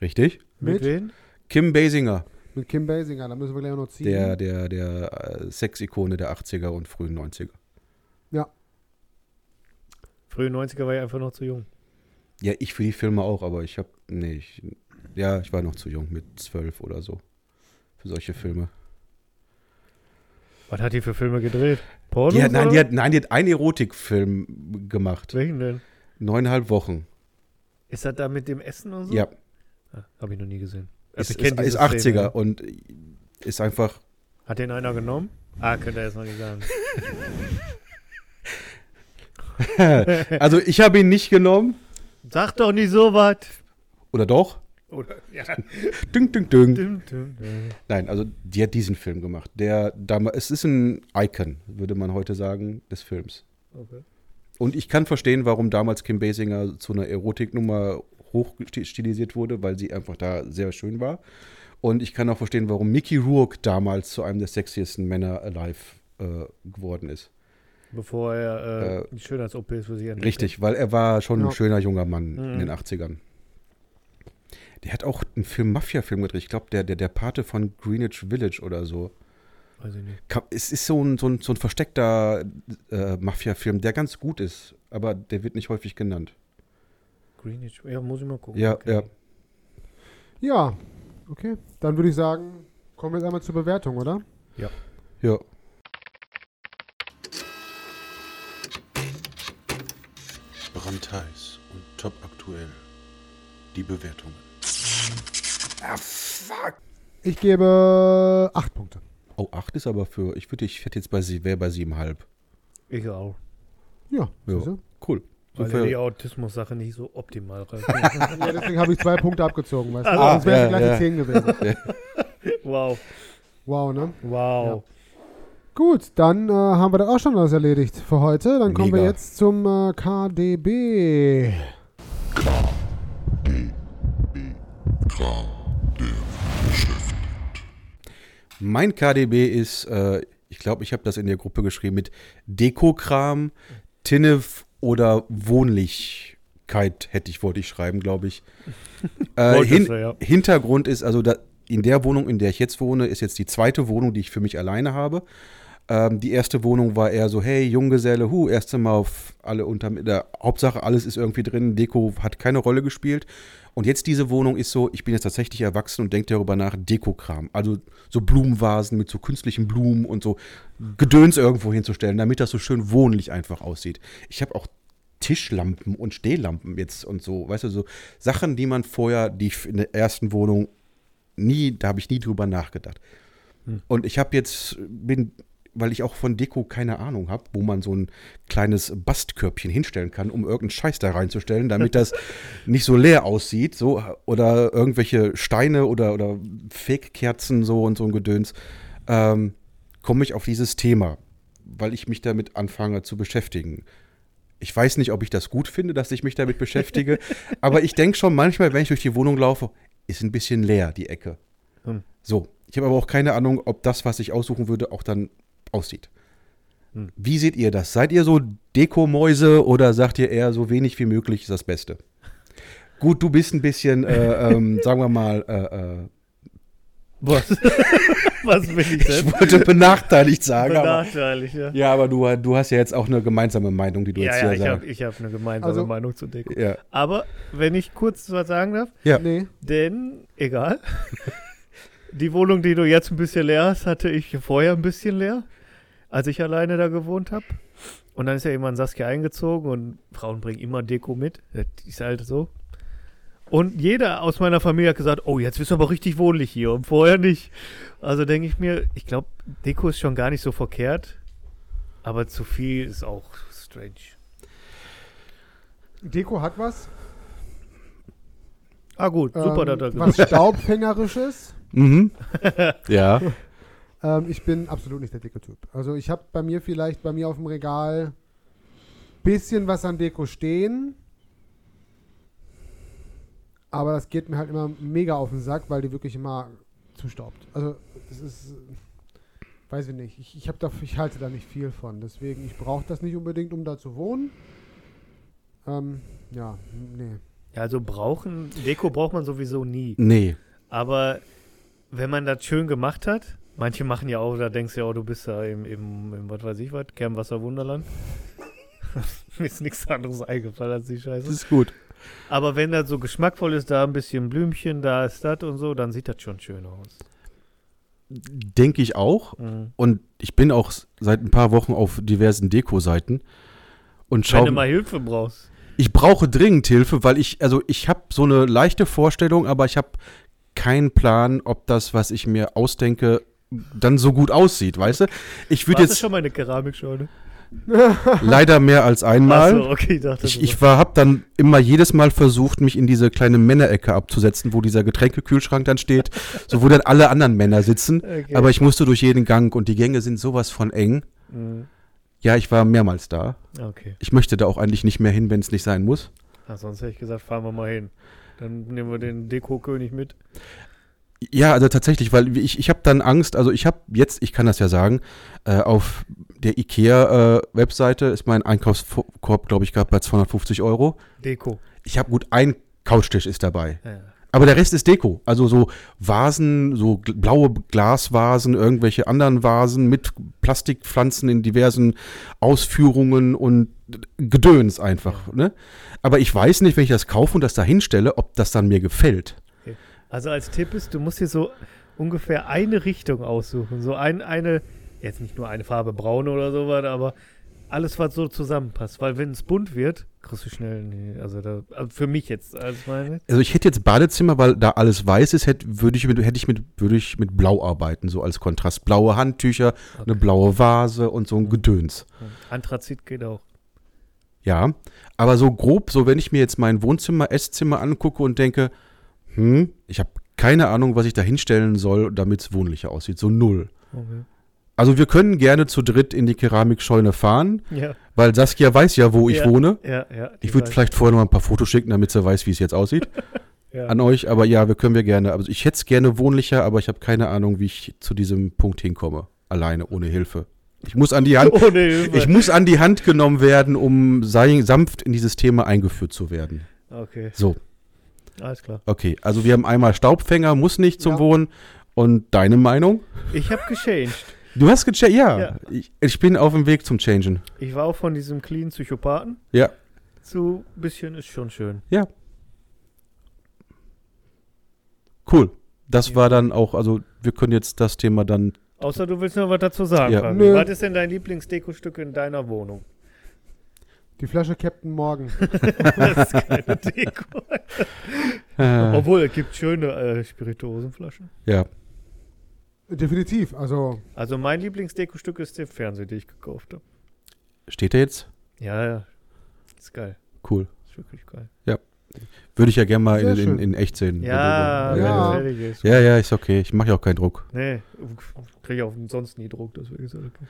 Speaker 2: Richtig.
Speaker 1: mit?
Speaker 3: Mit wem?
Speaker 2: Kim Basinger,
Speaker 1: mit Kim Basinger. Da müssen wir gleich noch ziehen.
Speaker 2: der, der, der äh, Sexikone der 80er und frühen 90er.
Speaker 3: Frühe 90er war ich einfach noch zu jung.
Speaker 2: Ja, ich für die Filme auch, aber ich habe, nee, ich, ja, ich war noch zu jung, mit zwölf oder so, für solche Filme.
Speaker 3: Was hat die für Filme gedreht? Pornos?
Speaker 2: Die hat, nein,
Speaker 3: oder?
Speaker 2: die hat, nein, die hat einen Erotikfilm gemacht.
Speaker 3: Welchen denn?
Speaker 2: Neuneinhalb Wochen.
Speaker 3: Ist das da mit dem Essen und so?
Speaker 2: Ja,
Speaker 3: Ah, Hab ich noch nie gesehen.
Speaker 2: ist,
Speaker 3: Also ich
Speaker 2: ist,
Speaker 3: kenn
Speaker 2: ist
Speaker 3: diese
Speaker 2: 80er
Speaker 3: Szene.
Speaker 2: und ist einfach,
Speaker 3: Hat den einer genommen? Ah, könnte er jetzt noch nicht sagen.
Speaker 2: also ich habe ihn nicht genommen,
Speaker 3: Sag doch nicht so was!
Speaker 2: oder doch?
Speaker 3: Oder, ja,
Speaker 2: Dünk, dünk, dünk.
Speaker 3: düm, düm, düm.
Speaker 2: Nein, also die hat diesen Film gemacht. Der damals, es ist ein Icon, würde man heute sagen, des Films.
Speaker 3: Okay.
Speaker 2: Und ich kann verstehen, warum damals Kim Basinger zu einer Erotiknummer hochstilisiert wurde, weil sie einfach da sehr schön war. Und ich kann auch verstehen, warum Mickey Rourke damals zu einem der sexiesten Männer alive äh, geworden ist.
Speaker 3: Bevor er
Speaker 2: Äh,
Speaker 3: äh, Schönheits-OPs für sich entdeckt.
Speaker 2: Richtig, weil er war schon
Speaker 1: Ja.
Speaker 2: ein schöner junger Mann in
Speaker 3: Mhm.
Speaker 2: den 80ern. Der hat auch einen Film, Mafia-Film gedreht. Ich glaube, der, der, der Pate von Greenwich Village oder so.
Speaker 3: Weiß ich nicht.
Speaker 2: Ka- Es ist so ein, so ein, so ein versteckter äh, Mafia-Film, der ganz gut ist, aber der wird nicht häufig genannt.
Speaker 3: Greenwich. Ja, muss ich mal gucken.
Speaker 2: Ja,
Speaker 3: Okay.
Speaker 2: ja.
Speaker 1: Ja, okay. Dann würde ich sagen, kommen wir jetzt einmal zur Bewertung, oder?
Speaker 2: Ja.
Speaker 4: Brandheiß und top aktuell. Die Bewertungen.
Speaker 1: Ich gebe acht Punkte.
Speaker 2: Oh, 8 ist aber für. Ich würde, ich hätte jetzt bei sie, wäre bei 7,5.
Speaker 3: Ich auch.
Speaker 1: Ja,
Speaker 2: Ja.
Speaker 1: siehst du?
Speaker 2: Cool.
Speaker 3: Weil
Speaker 2: Sind
Speaker 3: er
Speaker 2: wir-
Speaker 3: die Autismus-Sache nicht so optimal reicht.
Speaker 1: ja, deswegen habe ich zwei Punkte abgezogen, weißt du?
Speaker 2: Ah,
Speaker 1: Sonst wären
Speaker 2: ja,
Speaker 1: gleich
Speaker 2: ja.
Speaker 1: die 10 gewesen.
Speaker 3: wow.
Speaker 1: Wow, ne?
Speaker 3: Wow.
Speaker 1: Gut, dann äh, haben wir das auch schon alles erledigt für heute. Dann kommen wir
Speaker 2: Mega.
Speaker 1: jetzt zum äh, KDB.
Speaker 2: Mein KDB ist, äh, ich glaube, ich habe das in der Gruppe geschrieben, mit Dekokram, Tinnef oder Wohnlichkeit hätte ich, wollte ich schreiben, glaube ich. Äh,
Speaker 3: Wolltest
Speaker 2: hin,
Speaker 3: du, ja.
Speaker 2: Hintergrund ist, also da, in der Wohnung, in der ich jetzt wohne, ist jetzt die zweite Wohnung, die ich für mich alleine habe. Ähm, die erste Wohnung war eher so, hey, Junggeselle, hu, erste Mal auf alle unter, äh, Hauptsache alles ist irgendwie drin, Deko hat keine Rolle gespielt. Und jetzt diese Wohnung ist so, ich bin jetzt tatsächlich erwachsen und denke darüber nach, Dekokram. Also so Blumenvasen mit so künstlichen Blumen und so Gedöns irgendwo hinzustellen, damit das so schön wohnlich einfach aussieht. Ich habe auch Tischlampen und Stehlampen jetzt und so, weißt du, so Sachen, die man vorher, die ich in der ersten Wohnung nie, da habe ich nie drüber nachgedacht. Und ich habe jetzt, bin, weil ich auch von Deko keine Ahnung habe, wo man so ein kleines Bastkörbchen hinstellen kann, um irgendeinen Scheiß da reinzustellen, damit das nicht so leer aussieht, so, oder irgendwelche Steine oder, oder Fake-Kerzen so und so ein Gedöns, ähm, komme ich auf dieses Thema, weil ich mich damit anfange zu beschäftigen. Ich weiß nicht, ob ich das gut finde, dass ich mich damit beschäftige, aber ich denke schon manchmal, wenn ich durch die Wohnung laufe, ist ein bisschen leer die Ecke.
Speaker 3: Hm.
Speaker 2: So, ich habe aber auch keine Ahnung, ob das, was ich aussuchen würde, auch dann aussieht.
Speaker 3: Hm.
Speaker 2: Wie seht ihr das? Seid ihr so Dekomäuse oder sagt ihr eher so wenig wie möglich ist das Beste? Gut, du bist ein bisschen, äh, ähm, sagen wir mal, äh, äh,
Speaker 3: Was? Was bin ich
Speaker 2: ich
Speaker 3: denn?
Speaker 2: wollte benachteiligt sagen, aber,
Speaker 3: Benachteiligt, ja.
Speaker 2: ja, aber du, du hast ja jetzt auch eine gemeinsame Meinung, die du
Speaker 3: Ja,
Speaker 2: jetzt
Speaker 3: ja,
Speaker 2: hier
Speaker 3: ich habe
Speaker 2: sagst.
Speaker 3: ich hab eine gemeinsame
Speaker 1: Also-
Speaker 3: Meinung zu Deko.
Speaker 2: Ja.
Speaker 3: Aber wenn ich kurz was sagen darf,
Speaker 2: Ja.
Speaker 1: Nee.
Speaker 3: denn, egal, die Wohnung, die du jetzt ein bisschen leer hast, hatte ich vorher ein bisschen leer, als ich alleine da gewohnt habe. Und dann ist ja irgendwann Saskia eingezogen und Frauen bringen immer Deko mit. Das ist halt so. Und jeder aus meiner Familie hat gesagt, oh, jetzt bist du aber richtig wohnlich hier und vorher nicht. Also denke ich mir, ich glaube, Deko ist schon gar nicht so verkehrt, aber zu viel ist auch strange.
Speaker 1: Deko hat was. ähm,
Speaker 3: Ah gut,
Speaker 2: Ähm,
Speaker 3: super, dass er gesagt
Speaker 1: Was Staubfängerisches.
Speaker 2: Mhm. ja.
Speaker 1: Ähm, ich bin absolut nicht der dicke Typ. Also ich habe bei mir vielleicht bei mir auf dem Regal bisschen was an Deko stehen. Aber das geht mir halt immer mega auf den Sack, weil die wirklich immer zustaubt. Also es ist, äh, weiß ich nicht. Ich, ich, hab da, ich halte da nicht viel von. Deswegen, ich brauche das nicht unbedingt, um da zu wohnen. Ähm, ja, nee.
Speaker 3: Ja, also brauchen, Deko braucht man sowieso nie.
Speaker 2: Nee.
Speaker 3: Aber wenn man das schön gemacht hat, manche machen ja auch, da denkst du ja, oh, du bist da im, im, im was weiß ich was, Kernwasser Wunderland. Mir ist nichts anderes eingefallen als die
Speaker 2: Das
Speaker 3: Scheiße.
Speaker 2: ist gut.
Speaker 3: Aber wenn das so geschmackvoll ist, da ein bisschen Blümchen, da ist das und so, dann sieht das schon schön aus.
Speaker 2: Denke ich auch.
Speaker 3: Mhm.
Speaker 2: Und ich bin auch s- seit ein paar Wochen auf diversen Deko-Seiten und
Speaker 3: Wenn
Speaker 2: schaue.
Speaker 3: du mal Hilfe brauchst.
Speaker 2: Ich brauche dringend Hilfe, weil ich, also ich habe so eine leichte Vorstellung, aber ich habe keinen Plan, ob das, was ich mir ausdenke, dann so gut aussieht, weißt du? Ich würde
Speaker 3: Warst du
Speaker 2: jetzt
Speaker 3: schon mal eine Keramikscheune?
Speaker 2: leider mehr als einmal.
Speaker 3: Achso, okay, ich dachte
Speaker 2: Ich,
Speaker 3: du
Speaker 2: ich war, hab dann immer jedes Mal versucht, mich in diese kleine Männerecke abzusetzen, wo dieser Getränkekühlschrank dann steht, so wo dann alle anderen Männer sitzen.
Speaker 3: Okay.
Speaker 2: Aber ich musste durch jeden Gang und die Gänge sind sowas von eng.
Speaker 3: Mhm.
Speaker 2: Ja, ich war mehrmals da.
Speaker 3: Okay.
Speaker 2: Ich möchte da auch eigentlich nicht mehr hin, wenn es nicht sein muss.
Speaker 3: Ah, sonst hätte ich gesagt, fahren wir mal hin. Dann nehmen wir den Deko-König mit.
Speaker 2: Ja, also tatsächlich, weil ich, ich habe dann Angst, also ich habe jetzt, ich kann das ja sagen, äh, auf der IKEA-Webseite ist mein Einkaufskorb, glaube ich, gerade bei 250 Euro.
Speaker 3: Deko.
Speaker 2: Ich habe gut ein Couchtisch ist dabei.
Speaker 3: Ja.
Speaker 2: Aber der Rest ist Deko. Also so Vasen, so gl- blaue Glasvasen, irgendwelche anderen Vasen mit Plastikpflanzen in diversen Ausführungen und Gedöns einfach. Ne? Aber ich weiß nicht, wenn ich das kaufe und das da hinstelle, ob das dann mir gefällt.
Speaker 3: Also als Tipp ist, du musst dir so ungefähr eine Richtung aussuchen. So ein, eine, jetzt nicht nur eine Farbe braun oder sowas, aber alles, was so zusammenpasst. Weil wenn es bunt wird, kriegst du schnell, nee, also da, also für mich jetzt, als meine.
Speaker 2: Also ich hätte jetzt Badezimmer, weil da alles weiß ist, hätte, würde ich mit, hätte ich mit, würde ich mit Blau arbeiten, so als Kontrast. Blaue Handtücher, eine blaue Vase und so
Speaker 3: Mhm.
Speaker 2: ein Gedöns.
Speaker 3: Anthrazit geht auch.
Speaker 2: Ja, aber so grob, so wenn ich mir jetzt mein Wohnzimmer, Esszimmer angucke und denke, hm, ich habe keine Ahnung, was ich da hinstellen soll, damit es wohnlicher aussieht. So null.
Speaker 3: Okay.
Speaker 2: Also wir können gerne zu dritt in die Keramikscheune fahren,
Speaker 3: Ja,
Speaker 2: weil Saskia weiß ja, wo ich
Speaker 3: Ja.
Speaker 2: wohne.
Speaker 3: ja, ja.
Speaker 2: Ich würde
Speaker 3: weiß.
Speaker 2: vielleicht vorher noch mal ein paar Fotos schicken, damit sie weiß, wie es jetzt aussieht.
Speaker 3: Ja.
Speaker 2: an euch, aber ja, wir können wir gerne. Also ich hätte es gerne wohnlicher, aber ich habe keine Ahnung, wie ich zu diesem Punkt hinkomme. Alleine, ohne Hilfe. Ich muss an die Hand,
Speaker 3: Ohne Hilfe.
Speaker 2: ich muss an die Hand genommen werden, um sei, sanft in dieses Thema eingeführt zu werden.
Speaker 3: okay,
Speaker 2: So,
Speaker 3: alles klar.
Speaker 2: okay. Also wir haben einmal Staubfänger, muss nicht zum
Speaker 1: Ja.
Speaker 2: Wohnen. Und deine Meinung?
Speaker 3: Ich habe gechanged.
Speaker 2: Du hast gechanged, ja.
Speaker 3: Ja.
Speaker 2: Ich, ich bin auf dem Weg zum Changen.
Speaker 3: Ich war auch von diesem clean Psychopathen
Speaker 2: Ja,
Speaker 3: zu bisschen ist schon schön.
Speaker 2: cool. Das war dann auch, also wir können jetzt das Thema dann
Speaker 3: Außer du willst noch was dazu sagen,
Speaker 2: Ja.
Speaker 3: Fabi.
Speaker 1: Nö.
Speaker 3: Was ist denn dein Lieblingsdekostück in deiner Wohnung?
Speaker 1: Die Flasche Captain Morgan.
Speaker 3: Das ist keine Deko.
Speaker 2: äh,
Speaker 3: Obwohl, es gibt schöne äh, Spirituosenflaschen.
Speaker 2: ja.
Speaker 1: Definitiv. Also,
Speaker 3: Also mein Lieblingsdekostück ist der Fernseher, den ich gekauft habe.
Speaker 2: Steht er jetzt?
Speaker 3: Ja, ja. Ist geil.
Speaker 2: Cool.
Speaker 3: Ist wirklich geil.
Speaker 2: Würde ich ja gerne mal
Speaker 1: Sehr
Speaker 2: in, in,
Speaker 1: schön.
Speaker 2: in echt sehen.
Speaker 3: Ja,
Speaker 2: Also,
Speaker 3: wenn
Speaker 1: ja.
Speaker 3: du fertig ist.
Speaker 2: ja, ja, ist okay. Ich mache ja auch keinen Druck.
Speaker 3: Nee, kriege ich auch sonst nie Druck, deswegen ist das okay.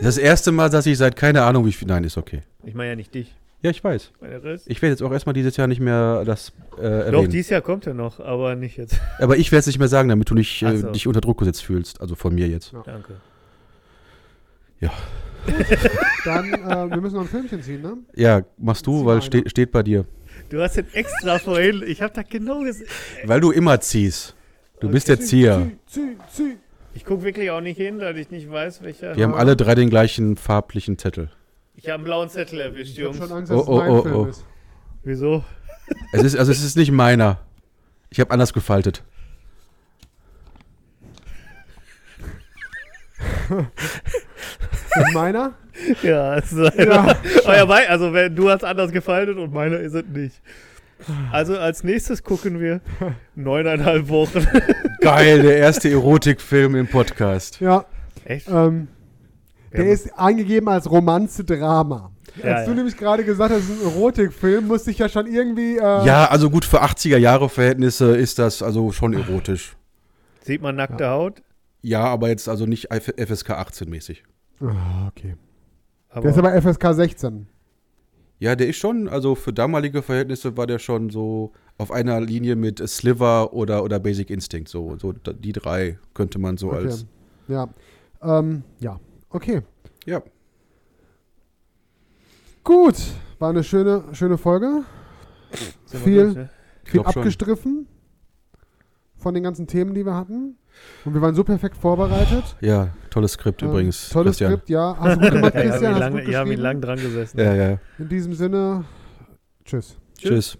Speaker 2: Das erste Mal, dass ich seit keine Ahnung, wie viel. Nein, ist okay.
Speaker 3: Ich meine ja nicht dich,
Speaker 2: Ja, ich weiß.
Speaker 3: ich meine den Rest.
Speaker 2: Ich werde jetzt auch erstmal dieses Jahr nicht mehr das äh,
Speaker 3: Doch,
Speaker 2: erwähnen.
Speaker 3: dieses Jahr kommt er noch, aber nicht jetzt.
Speaker 2: Aber ich werde es nicht mehr sagen, damit du nicht
Speaker 3: Ach
Speaker 2: äh,
Speaker 3: so.
Speaker 2: dich unter Druck gesetzt fühlst. Also von mir jetzt.
Speaker 3: Danke.
Speaker 1: dann, äh, wir müssen noch ein Filmchen ziehen, ne?
Speaker 2: Ja, machst du,
Speaker 1: Zieh
Speaker 2: weil
Speaker 1: mal
Speaker 2: ste
Speaker 1: einer.
Speaker 2: steht bei dir.
Speaker 3: Du hast den extra vorhin, ich habe da genau gesehen.
Speaker 2: Weil du immer ziehst. Du bist der Zieher.
Speaker 1: Zieh, zieh, zieh.
Speaker 3: Ich gucke wirklich auch nicht hin, weil ich nicht weiß, welcher.
Speaker 2: Wir haben alle drei den gleichen farblichen Zettel.
Speaker 3: Ich habe einen blauen Zettel erwischt,
Speaker 1: Ich hab
Speaker 3: Jungs.
Speaker 1: schon Angst,
Speaker 2: Oh,
Speaker 1: dass
Speaker 2: oh,
Speaker 1: es mein
Speaker 2: oh,
Speaker 1: Film
Speaker 2: oh.
Speaker 1: ist.
Speaker 3: Wieso?
Speaker 2: Es ist, also es ist nicht meiner. Ich habe anders gefaltet.
Speaker 1: Und meiner?
Speaker 3: Ja, es ist
Speaker 1: Ja.
Speaker 3: Euer Wei- also wenn, du hast anders gefaltet und meiner ist es nicht. Also als nächstes gucken wir neuneinhalb Wochen.
Speaker 2: Geil, der erste Erotikfilm im Podcast.
Speaker 1: Ja,
Speaker 3: Echt?
Speaker 1: ähm, der ist eingegeben als Romanze-Drama.
Speaker 3: Ja,
Speaker 1: als du
Speaker 3: ja.
Speaker 1: nämlich gerade gesagt hast, es ist ein Erotikfilm, musste ich ja schon irgendwie. Äh,
Speaker 2: Ja, also gut, für 80er-Jahre-Verhältnisse ist das also schon erotisch.
Speaker 3: Sieht man nackte Haut?
Speaker 2: Ja, aber jetzt also nicht F- FSK 18 mäßig.
Speaker 1: Ah, okay.
Speaker 3: Aber,
Speaker 1: Der ist aber FSK 16.
Speaker 2: Ja, der ist schon, also für damalige Verhältnisse war der schon so auf einer Linie mit Sliver oder, oder Basic Instinct. So, so d- die drei könnte man so
Speaker 1: Okay.
Speaker 2: als.
Speaker 1: Ja. Ähm, ja. Okay.
Speaker 2: Ja.
Speaker 1: Gut. War eine schöne, schöne Folge.
Speaker 3: sind wir
Speaker 1: viel-
Speaker 3: durch, ne?
Speaker 1: Viel
Speaker 2: glaub schon.
Speaker 1: abgestriffen von den ganzen Themen, die wir hatten. Und wir waren so perfekt vorbereitet.
Speaker 2: Ja, tolles Skript
Speaker 1: Ähm,
Speaker 2: übrigens.
Speaker 1: Tolles
Speaker 2: Christian.
Speaker 1: Skript, ja. Hast du gut gemacht,
Speaker 3: Ja, wir
Speaker 1: Christian. hast
Speaker 3: haben ihn
Speaker 1: du
Speaker 3: lang,
Speaker 1: gut
Speaker 3: ja, wir haben ihn
Speaker 1: geschrieben.
Speaker 3: lang dran gesessen.
Speaker 2: Ja, ja.
Speaker 1: In diesem Sinne, tschüss.
Speaker 2: Tschüss.